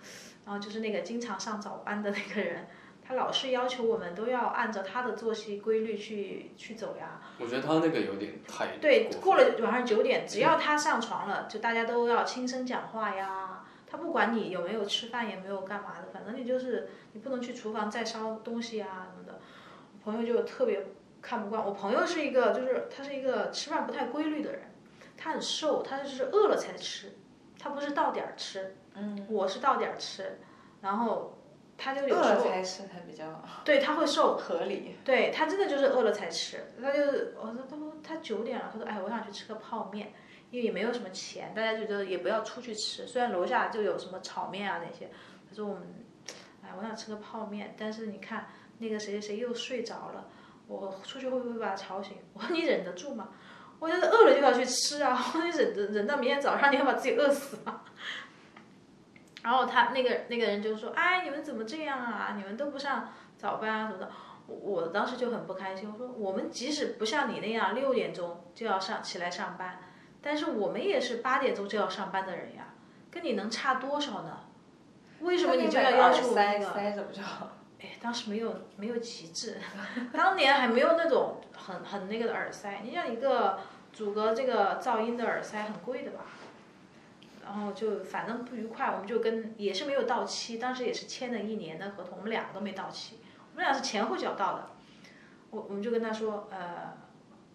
Speaker 1: 然后就是那个经常上早班的那个人，他老是要求我们都要按照他的作息规律去去走呀。
Speaker 3: 我觉得他那个有点太
Speaker 1: 对，
Speaker 3: 过
Speaker 1: 过了
Speaker 3: 分
Speaker 1: 晚上九点，只
Speaker 5: 嗯
Speaker 1: 要他上床了，就大家都要轻声讲话呀。他不管你有没有吃饭，也没有干嘛的，反正你就是你不能去厨房再烧东西啊什么的。我朋友就特别看不惯，我朋友是一个就是他是一个吃饭不太规律的人，他很瘦，他就是饿了才吃，他不是到点儿吃。嗯，我是到点儿吃，然后他就有
Speaker 5: 饿
Speaker 1: 时
Speaker 5: 了
Speaker 1: 候
Speaker 5: 才吃才比较
Speaker 1: 对他会瘦，
Speaker 5: 合理。
Speaker 1: 对他真的就是饿了才吃，他就是我说他说他九点了，他说哎我想去吃个泡面，因为也没有什么钱，大家就觉得也不要出去吃，虽然楼下就有什么炒面啊那些，他说我们哎我想吃个泡面，但是你看那个谁谁谁又睡着了，我出去会不会把他吵醒？ *laughs* 我说你忍得住吗？我就是饿了就要去吃啊， *laughs* 我说你忍着忍到明天早上，你要把自己饿死吗？然后他那个那个人就说：“哎，你们怎么这样啊？你们都不上早班啊什么的。”我我当时就很不开心，我说我们即使不像你那样六点钟就要上起来上班，但是我们也是八点钟就要上班的人呀，跟你能差多少呢？为什么你就要要求我
Speaker 5: 那
Speaker 1: 那
Speaker 5: 你买个
Speaker 1: 个
Speaker 5: 耳？塞塞着不就好？
Speaker 1: 哎，当时没有没有极致， *laughs* 当年还没有那种很很那个的耳塞，你像一个阻隔这个噪音的耳塞很贵的吧，然后就反正不愉快，我们就跟也是没有到期，当时也是签了一年的合同，我们两个都没到期，我们俩是前后脚到的，我我们就跟他说，呃，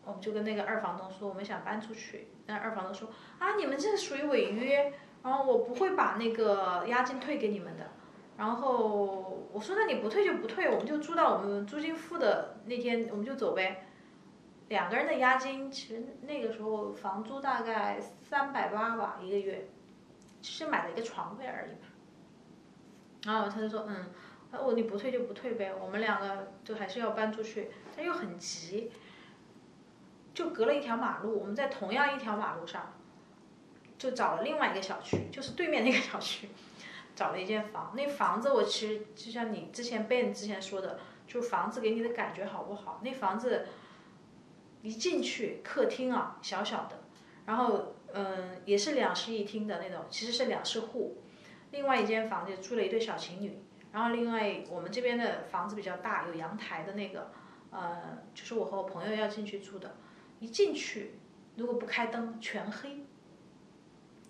Speaker 1: 我们就跟那个二房东说我们想搬出去，但二房东说啊你们这属于违约，然后我不会把那个押金退给你们的。然后我说那你不退就不退，我们就住到我们租金付的那天我们就走呗。两个人的押金其实那个时候房租大概三百八吧一个月，只是买了一个床位而已嘛。然后他就说嗯，啊我你不退就不退呗，我们两个就还是要搬出去，但又很急，就隔了一条马路，我们在同样一条马路上，就找了另外一个小区，就是对面那个小区。找了一间房，那房子我其实就像你之前 Ben 之前说的，就房子给你的感觉好不好？那房子一进去，客厅啊小小的，然后嗯也是两室一厅的那种，其实是两室户。另外一间房子住了一对小情侣，然后另外我们这边的房子比较大，有阳台的那个，呃，就是我和我朋友要进去住的。一进去，如果不开灯，全黑，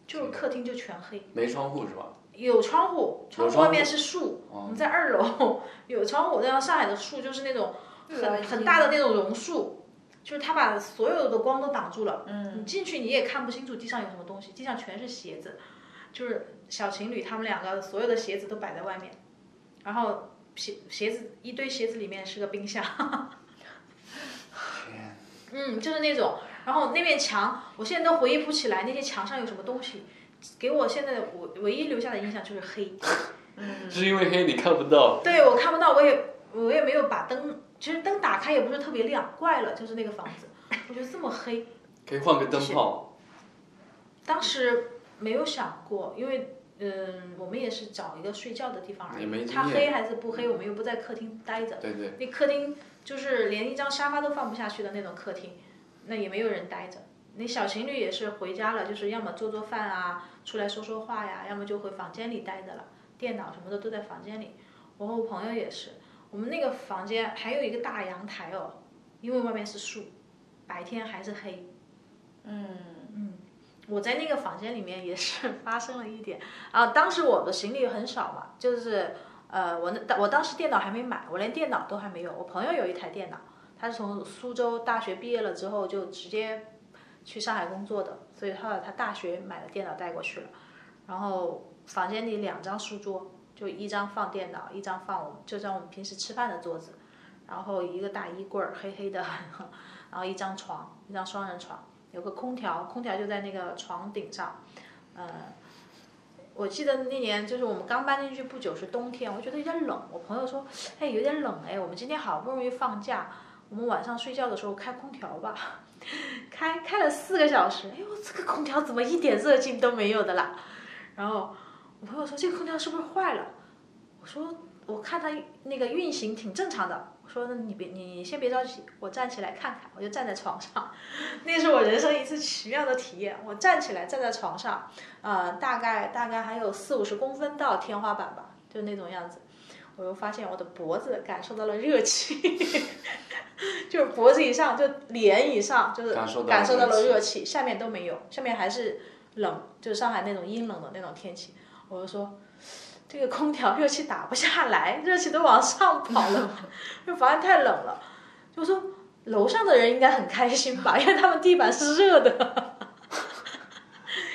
Speaker 1: 就是客厅就全黑。
Speaker 3: 没窗户是吧？
Speaker 1: 有窗户，
Speaker 3: 有
Speaker 1: 窗户
Speaker 3: 窗
Speaker 1: 外面是树，我们在二楼 *laughs* 有窗户。然后上海的树就是那种很很大的那种榕树，就是它把所有的光都挡住了。
Speaker 3: 嗯
Speaker 1: 你进去你也看不清楚地上有什么东西，地上全是鞋子，就是小情侣他们两个所有的鞋子都摆在外面，然后鞋鞋子一堆鞋子里面是个冰箱。 *laughs*
Speaker 3: 天，
Speaker 1: 嗯，就是那种。然后那面墙，我现在都回忆不起来那些墙上有什么东西。给我现在我唯一留下的印象就是黑。嗯
Speaker 3: 是因为黑你看不到，
Speaker 1: 对，我看不到，我也我也没有把灯，其实灯打开也不是特别亮，怪了，就是那个房子，我觉得这么黑，
Speaker 3: 可以换个灯泡。
Speaker 1: 当时没有想过，因为嗯，我们也是找一个睡觉的地方而
Speaker 3: 也没
Speaker 1: 已，
Speaker 3: 经
Speaker 1: 它
Speaker 3: 验
Speaker 1: 黑还是不黑，我们又不在客厅待着，
Speaker 3: 对对，
Speaker 1: 那客厅就是连一张沙发都放不下去的那种客厅，那也没有人待着。那小情侣也是回家了，就是要么做做饭啊，出来说说话呀，要么就回房间里待着了，电脑什么的都在房间里。我和我朋友也是，我们那个房间还有一个大阳台哦，因为外面是树，白天还是黑。
Speaker 5: 嗯，
Speaker 1: 我在那个 *laughs* 房间里面也是发生了一点啊，当时我的行李很少嘛，就是呃，我那当我当时电脑还没买，我连电脑都还没有。我朋友有一台电脑，他是从苏州大学毕业了之后就直接去上海工作的，所以后来他大学买了电脑带过去了。然后房间里两张书桌，就一张放电脑，一张放我们就像我们平时吃饭的桌子，然后一个大衣柜儿，黑黑的， *laughs* 然后一张床，一张双人床，有个空调，空调就在那个床顶上，呃，我记得那年就是我们刚搬进去不久是冬天，我觉得有点冷。我朋友说：“哎，有点冷哎，我们今天好不容易放假，我们晚上睡觉的时候开空调吧。” *laughs* 开开了四个小时，哎呦，这个空调怎么一点热劲都没有的啦？然后我朋友说：“这个空调是不是坏了？”我说：“我看它那个运行挺正常的。”我说：“那你别你你先别着急，我站起来看看。”我就站在床上， *laughs* 那是我人生一次奇妙的体验。我站起来站在床上。呃，大概大概还有四五十公分到天花板吧，就那种样子。我又发现我的脖子感受到了热气， *laughs* 就是脖子以上，就脸以上，就是
Speaker 3: 感受到
Speaker 1: 感受到了
Speaker 3: 热
Speaker 1: 热气，下面都没有，下面还是冷，就是上海那种阴冷的那种天气。我就说，这个空调热气打不下来，热气都往上跑了，这房间太冷了。就说楼上的人应该很开心吧，因为他们地板是热的。 *laughs*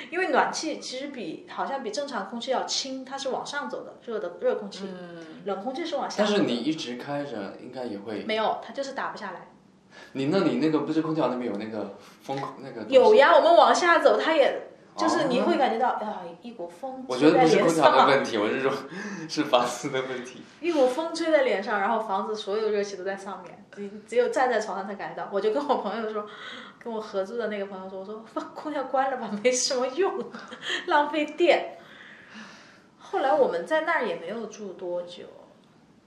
Speaker 1: 因为暖气其实比好像比正常空气要轻，它是往上走的，热的热空气，冷空气是往下
Speaker 3: 但
Speaker 1: 走的。
Speaker 3: 是你一直开着，应该也会。
Speaker 1: 没有，它就是打不下来。
Speaker 3: 你那你那个不是空调那边有那个风口那个？
Speaker 1: 有。呀，我们往下走，它也就是
Speaker 3: 哦
Speaker 1: 你会感觉到啊，一股风
Speaker 3: 我觉
Speaker 1: 吹
Speaker 3: 得
Speaker 1: 在
Speaker 3: 不是
Speaker 1: 脸
Speaker 3: 空调的
Speaker 1: 上，
Speaker 3: 问题，我是说，是房子的问题。
Speaker 1: 一股风吹在脸上，然后房子所有热气都在上面，只只有站在床上才感觉到。我就跟我朋友说，跟我合租的那个朋友说，我说把空调关了吧，没什么用，浪费电。后来我们在那儿也没有住多久，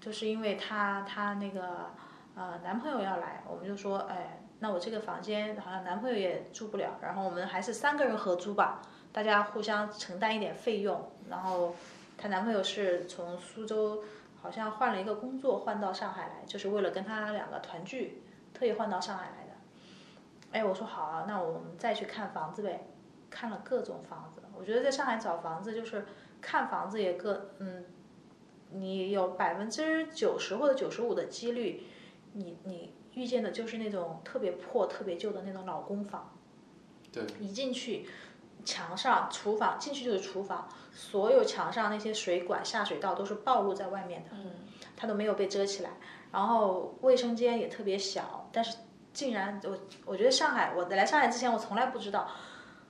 Speaker 1: 就是因为她她那个呃男朋友要来，我们就说，哎，那我这个房间好像男朋友也住不了，然后我们还是三个人合租吧，大家互相承担一点费用。然后她男朋友是从苏州好像换了一个工作，换到上海来，就是为了跟她两个团聚，特意换到上海来的。哎，我说好啊，那我们再去看房子呗。看了各种房子，我觉得在上海找房子就是看房子也各嗯，你有百分之九十或者九十五的几率，你你遇见的就是那种特别破、特别旧的那种老公房。
Speaker 3: 对。
Speaker 1: 一进去，墙上厨房进去就是厨房，所有墙上那些水管、下水道都是暴露在外面的。它都没有被遮起来。然后卫生间也特别小，但是竟然我我觉得上海，我来上海之前我从来不知道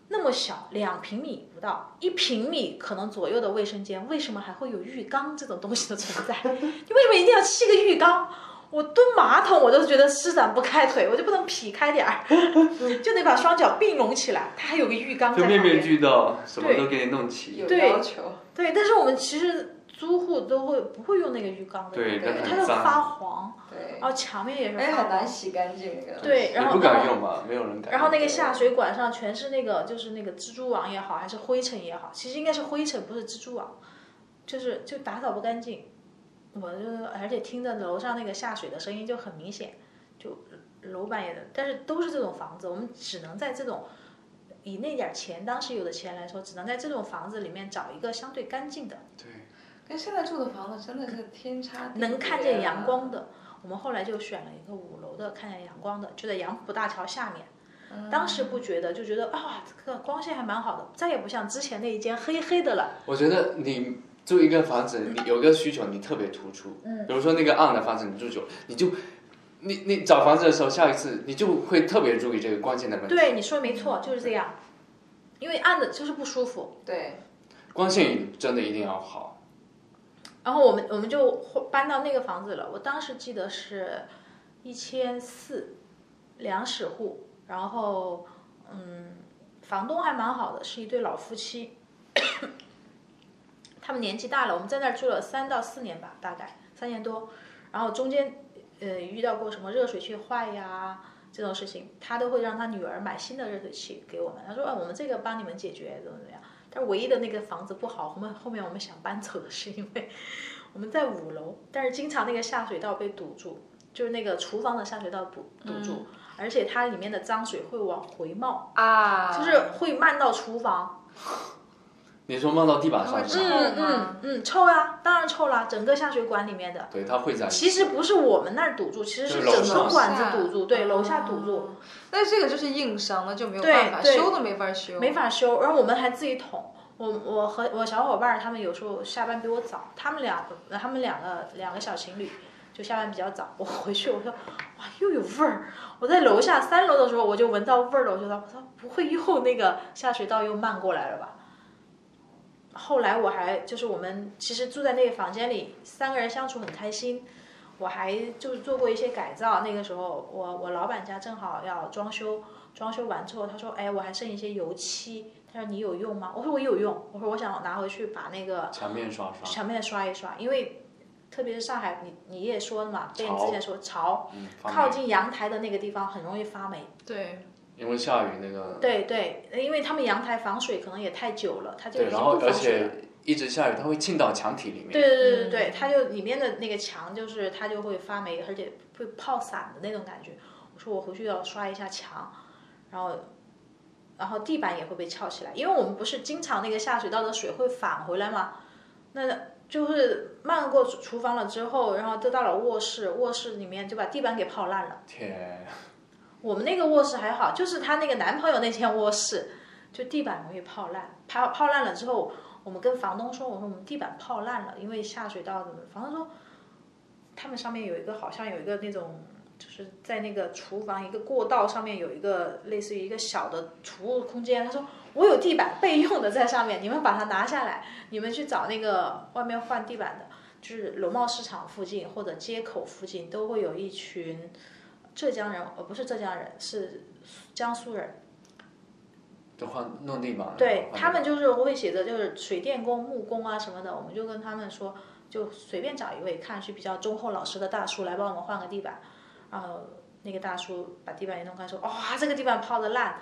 Speaker 1: 那么小，两平米不到，一平米可能左右的卫生间，为什么还会有浴缸这种东西的存在？你为什么一定要砌个浴缸？我蹲马桶我都觉得施展不开腿，我就不能劈开点儿， *laughs* 就得把双脚并拢起来。它还有个浴缸在
Speaker 3: 就
Speaker 1: 旁边
Speaker 3: 面。面俱到，什么都给你弄齐
Speaker 5: 有。
Speaker 1: 对
Speaker 5: 要求，
Speaker 1: 对，但是我们其实租户都会不会用那个浴缸的，
Speaker 3: 对
Speaker 1: 因为
Speaker 5: 那
Speaker 1: 它
Speaker 3: 很
Speaker 1: 都
Speaker 3: 脏
Speaker 1: 发黄，
Speaker 5: 对哎
Speaker 1: 然，后墙面也是
Speaker 5: 而且
Speaker 1: 发
Speaker 5: 很
Speaker 1: 黄
Speaker 5: 难。洗干净那个。
Speaker 1: 对然后
Speaker 3: 你不敢用吧？没有人敢用。
Speaker 1: 然后那个下水管上全是那个，就是那个蜘蛛网也好，还是灰尘也好，其实应该是灰尘，不是蜘蛛网，就是就打扫不干净。我就呃而且听着楼上那个下水的声音就很明显，就楼板也，但是都是这种房子，我们只能在这种以那点儿钱，当时有的钱来说，只能在这种房子里面找一个相对干净的。
Speaker 3: 对，
Speaker 5: 跟现在住的房子真的是天差地别啊
Speaker 1: 能看见阳光的。我们后来就选了一个五楼的，看见阳光的，就在杨浦大桥下面。当时不觉得，就觉得啊，这个光线还蛮好的，再也不像之前那一间黑黑的了。
Speaker 3: 我觉得你住一个房子，你有一个需求，你特别突出。嗯。比如说那个暗的房子，你住久，了，你就，你你找房子的时候，下一次你就会特别注意这个关键的问题。
Speaker 1: 对，你说没错，就是这样。因为暗的就是不舒服。
Speaker 5: 对，
Speaker 3: 光线真的一定要好。
Speaker 1: 然后我们我们就换搬到那个房子了。我当时记得是一千四，两室户，然后嗯，房东还蛮好的，是一对老夫妻，他们年纪大了，我们在那儿住了三到四年吧，大概三年多。然后中间呃遇到过什么热水器坏呀这种事情，他都会让他女儿买新的热水器给我们。他说啊，我们这个帮你们解决，怎么怎么样。但是唯一的那个房子不好，后面后面我们想搬走的是因为我们在五楼，但是经常那个下水道被堵住，就是那个厨房的下水道堵堵住，而且它里面的脏水会往回冒，
Speaker 5: 啊，
Speaker 1: 就是会漫到厨房。
Speaker 3: 你说冒到地板上
Speaker 5: 会
Speaker 3: 是
Speaker 5: 臭
Speaker 3: 吧？
Speaker 1: 嗯
Speaker 5: 吗
Speaker 1: 嗯嗯，臭啊，当然臭啦，整个下水管里面的。
Speaker 3: 对，它会在
Speaker 1: 其实不是我们那儿堵住，其实
Speaker 3: 就是楼
Speaker 1: 整个
Speaker 3: 上
Speaker 1: 管子堵住，对，
Speaker 5: 哦
Speaker 1: 楼嗯下堵住，
Speaker 5: 但是这个就是硬伤，那就没有
Speaker 1: 对
Speaker 5: 办法，
Speaker 1: 对
Speaker 5: 修都没法修。
Speaker 1: 没法修。然后我们还自己捅。我我和我小伙伴儿他们有时候下班比我早，他们两个他们两个两个小情侣就下班比较早。我回去我说哇又有味儿，我在楼下三楼的时候我就闻到味儿了，我觉得我操不会又那个下水道又漫过来了吧？后来我还就是我们其实住在那个房间里，三个人相处很开心。我还就是做过一些改造，那个时候我我老板家正好要装修，装修完之后他说，哎，我还剩一些油漆，他说你有用吗？我说我有用，我说我想拿回去把那个
Speaker 3: 墙面刷刷，
Speaker 1: 墙面刷一刷，因为特别是上海，你你也说了嘛，被你之前说潮，
Speaker 3: 嗯，发霉
Speaker 1: 靠近阳台的那个地方很容易发霉。
Speaker 5: 对，
Speaker 3: 因为下雨那个
Speaker 1: 对对，因为他们阳台防水可能也太久了，它就已
Speaker 3: 对，
Speaker 1: 经
Speaker 3: 然后
Speaker 1: 不
Speaker 3: 而
Speaker 1: 防水了。
Speaker 3: 且一直下雨，它会浸到墙体里面。
Speaker 1: 对对对对对，
Speaker 5: 嗯
Speaker 1: 它就里面的那个墙就是它就会发霉，而且会泡散的那种感觉。我说我回去要刷一下墙，然后。然后地板也会被翘起来，因为我们不是经常那个下水道的水会返回来嘛，那就是漫过厨房了之后，然后就到了卧室，卧室里面就把地板给泡烂了。
Speaker 3: 天，
Speaker 1: 我们那个卧室还好，就是她那个男朋友那间卧室，就地板容易泡烂，泡泡烂了之后，我们跟房东说，我说我们地板泡烂了，因为下水道怎么？房东说，他们上面有一个好像有一个那种，就是在那个厨房一个过道上面有一个类似于一个小的储物空间，他说我有地板备用的在上面，你们把它拿下来，你们去找那个外面换地板的，就是农贸市场附近或者街口附近都会有一群。浙江人，呃，不是浙江人，是江苏人。
Speaker 3: 就换弄地板。
Speaker 1: 对嗯
Speaker 3: 换
Speaker 1: 他们就是会写着就是水电工、木工啊什么的，我们就跟他们说，就随便找一位看上去比较忠厚老实的大叔来帮我们换个地板。然后那个大叔把地板一弄开，说：“哇、这个地板泡的烂。”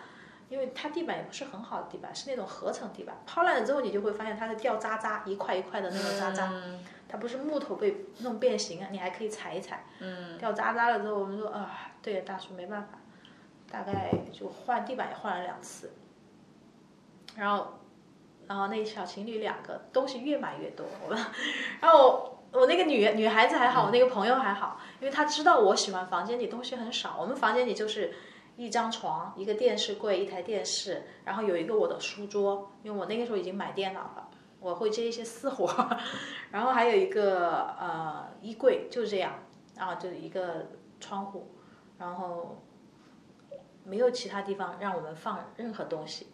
Speaker 1: 因为它地板也不是很好的地板，是那种合成地板，泡烂了之后你就会发现它是掉渣渣，一块一块的那种渣渣。
Speaker 5: 嗯
Speaker 1: 它不是木头被弄变形啊，你还可以踩一踩。
Speaker 5: 嗯，
Speaker 1: 掉渣渣了之后，我们说啊，对，大叔没办法，大概就换地板也换了两次，然后，然后那小情侣两个东西越买越多，我们，然后我我那个女女孩子还好，我那个朋友还好，因为她知道我喜欢房间里东西很少，我们房间里就是。一张床，一个电视柜，一台电视，然后有一个我的书桌，因为我那个时候已经买电脑了，我会接一些私活，然后还有一个呃衣柜，就这样。啊，就一个窗户，然后没有其他地方让我们放任何东西，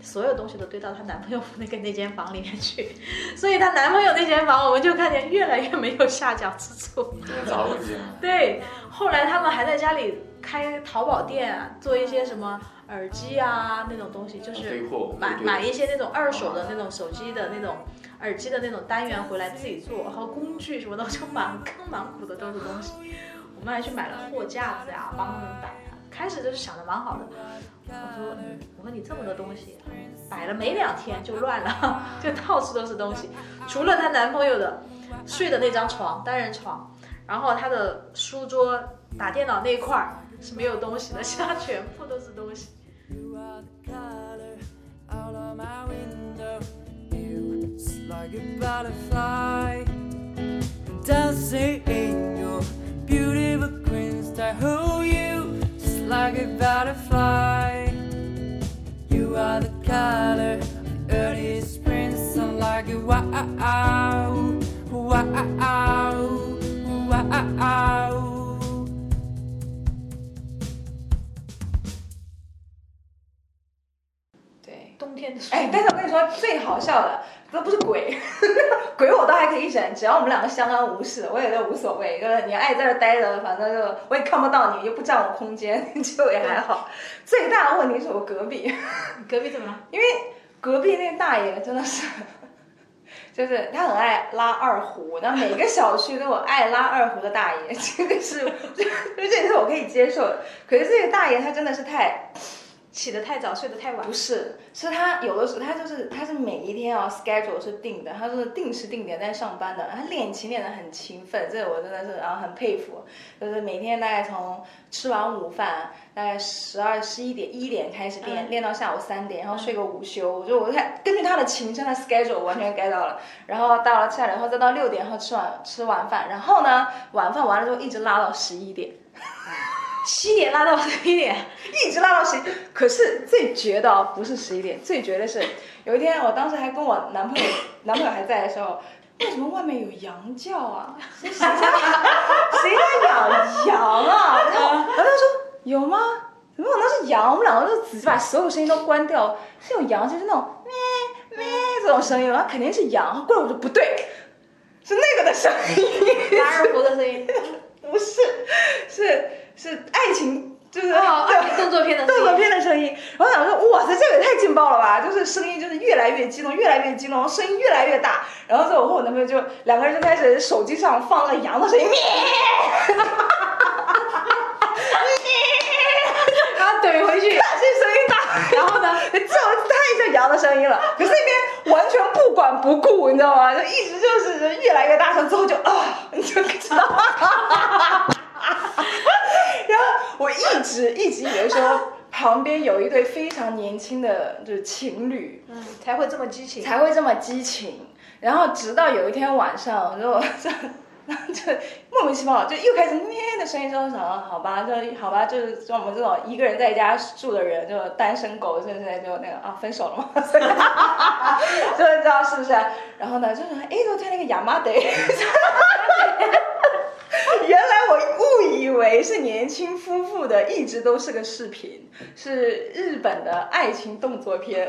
Speaker 1: 所有东西都堆到她男朋友那个那间房里面去， *laughs* 所以她男朋友那间房我们就看见越来越没有下脚之
Speaker 3: *laughs*
Speaker 1: 处。
Speaker 3: 那杂
Speaker 1: *laughs*
Speaker 3: 物间，
Speaker 1: 对，后来他们还在家里开淘宝店啊，做一些什么耳机啊那种东西，就
Speaker 3: 飞
Speaker 1: 是
Speaker 3: 货，
Speaker 1: 买
Speaker 3: 对
Speaker 1: 买一些那种二手的那种手机的那种。耳机的那种单元回来自己做，然后工具什么的，就满坑满谷的都是东西。我们还去买了货架子呀、帮他们摆啊。开始就是想的蛮好的，我说，嗯我说你这么多东西，摆了没两天就乱了， *laughs* 就到处都是东西，除了她男朋友的睡的那张床单人床，然后她的书桌、打电脑那一块儿是没有东西的，其他全部都是东西。
Speaker 6: You are the color out of my window. You like a butterfly, dancing in your beautiful green sky. Who you just like a butterfly. You are the color of the early spring sun, like a wow, wow, wow, wow.
Speaker 5: 对。
Speaker 1: 冬天的书，
Speaker 5: 哎，但是我跟你说最好笑的，都不是鬼， *laughs* 鬼我倒还可以忍，只要我们两个相安无事，我也就无所谓，就是你爱在这儿待着，反正就我也看不到你，又不占我空间， *laughs* 就也还好。最大的问题是我隔壁，
Speaker 1: 你隔壁怎么了？
Speaker 5: 因为隔壁那大爷真的是， *laughs* 就是他很爱拉二胡，那每个小区都有爱拉二胡的大爷， *laughs* 这个是，就这也是我可以接受的。可是这个大爷他真的是太，
Speaker 1: 起得太早，睡得太晚 *laughs*
Speaker 5: 不。是，是他有的时候他就是他是每一天啊 schedule 是定的，他就是定时定点在上班的，他练琴练得很勤奋，这我真的是然后很佩服，就是每天大概从吃完午饭大概十二十一点一点开始
Speaker 1: 嗯
Speaker 5: 练，练到下午三点，然后睡个午休，我就我看根据他的琴声的 schedule 我完全 get 到了，然后到了下来以后再到六点，然后吃晚吃晚饭，然后呢晚饭完了之后一直拉到十一点。
Speaker 1: 七点拉到十一点，
Speaker 5: 一直拉到十一，可是最绝的哦不是十一点，最绝的是有一天，我当时还跟我男朋友， *coughs* 男朋友还在的时候，为什么外面有羊叫啊？谁谁在谁在养羊啊？然后我就说有吗？怎么有那是羊？我们两个就只把所有声音都关掉，是有羊，就是那种咩咩这种声音，然后肯定是羊。过来我就不对，是那个的声音。
Speaker 1: 拉二胡的声音，
Speaker 5: 不是，是是爱情，就是、
Speaker 1: *laughs* 哦，
Speaker 5: 对
Speaker 1: 二胡动作片的声
Speaker 5: 动
Speaker 1: 音
Speaker 5: 作片的声音。然后想说，哇塞，这个也太劲爆了吧！就是声音就是越来越激动，越来越激动，然后声音越来越大。然后最后我和我男朋友就两个人就开始手机上放那个羊的声音，咩，
Speaker 1: 然后怼回去，
Speaker 5: 看谁声音大。
Speaker 1: 然后呢，
Speaker 5: 这太像羊的声音了，可是那边完全不管不顾，你知道吗？就一直就是越来越大声，之后就啊，你就知道吗。然后我一直一直以为说旁边有一对非常年轻的就是情侣，
Speaker 1: 才会这么激情。
Speaker 5: 才会这么激情。然后直到有一天晚上，我就就 *laughs* 就莫名其妙就又开始咩的声音，之后想啊好吧，就好吧，就是就我们这种一个人在家住的人，就单身狗，现在就那个啊分手了 *laughs* 嘛，就是知道是不是？啊然后呢，就是哎，昨天那个亚麻得。 *laughs* 原来我误以为是年轻夫妇的，一直都是个视频，是日本的爱情动作片。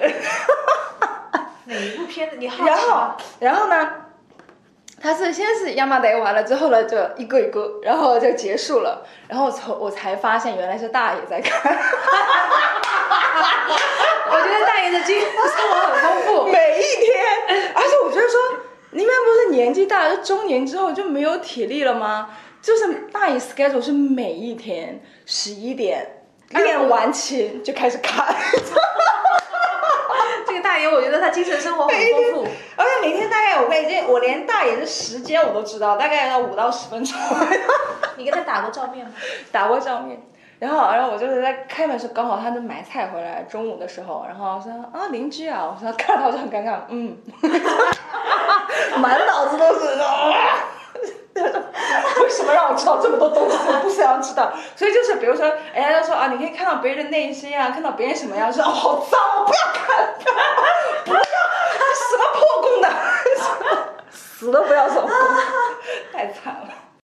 Speaker 1: 哪一部片子你好
Speaker 5: 然
Speaker 1: 奇
Speaker 5: 后
Speaker 1: 吗？，
Speaker 5: 然后呢，他是先是亚麻得完了之后呢，就一个一个，然后就结束了。然后从我才发现，原来是大爷在看，
Speaker 1: 我觉得大爷的经验生
Speaker 5: 哦
Speaker 1: 活很丰富，
Speaker 5: *laughs* 每一天。而且我觉得说，你们不是年纪大，就中年之后就没有体力了吗？就是大爷 schedule 是每一天十一点练完琴就开始看。
Speaker 1: *laughs*
Speaker 5: *laughs*
Speaker 1: 这个大爷我觉得他精神生活很丰富。
Speaker 5: 而且每天大概我已经，我连大爷的时间我都知道，大概要五到十分钟。
Speaker 1: 你跟他打过照面吗？
Speaker 5: *laughs* 打过照面。然后，然后我就是在开门的时候，刚好他就买菜回来，中午的时候，然后说啊邻居啊，我说看到他我就很尴尬，嗯，满脑子都是啊， *laughs* 为什么让我知道这么多东西？我不想知道。所以就是比如说，人家就说啊，你可以看到别人的内心啊，看到别人什么样，说哦好脏，我不要 *laughs* 啊看，不要什么破功的，死都不要说。 *laughs*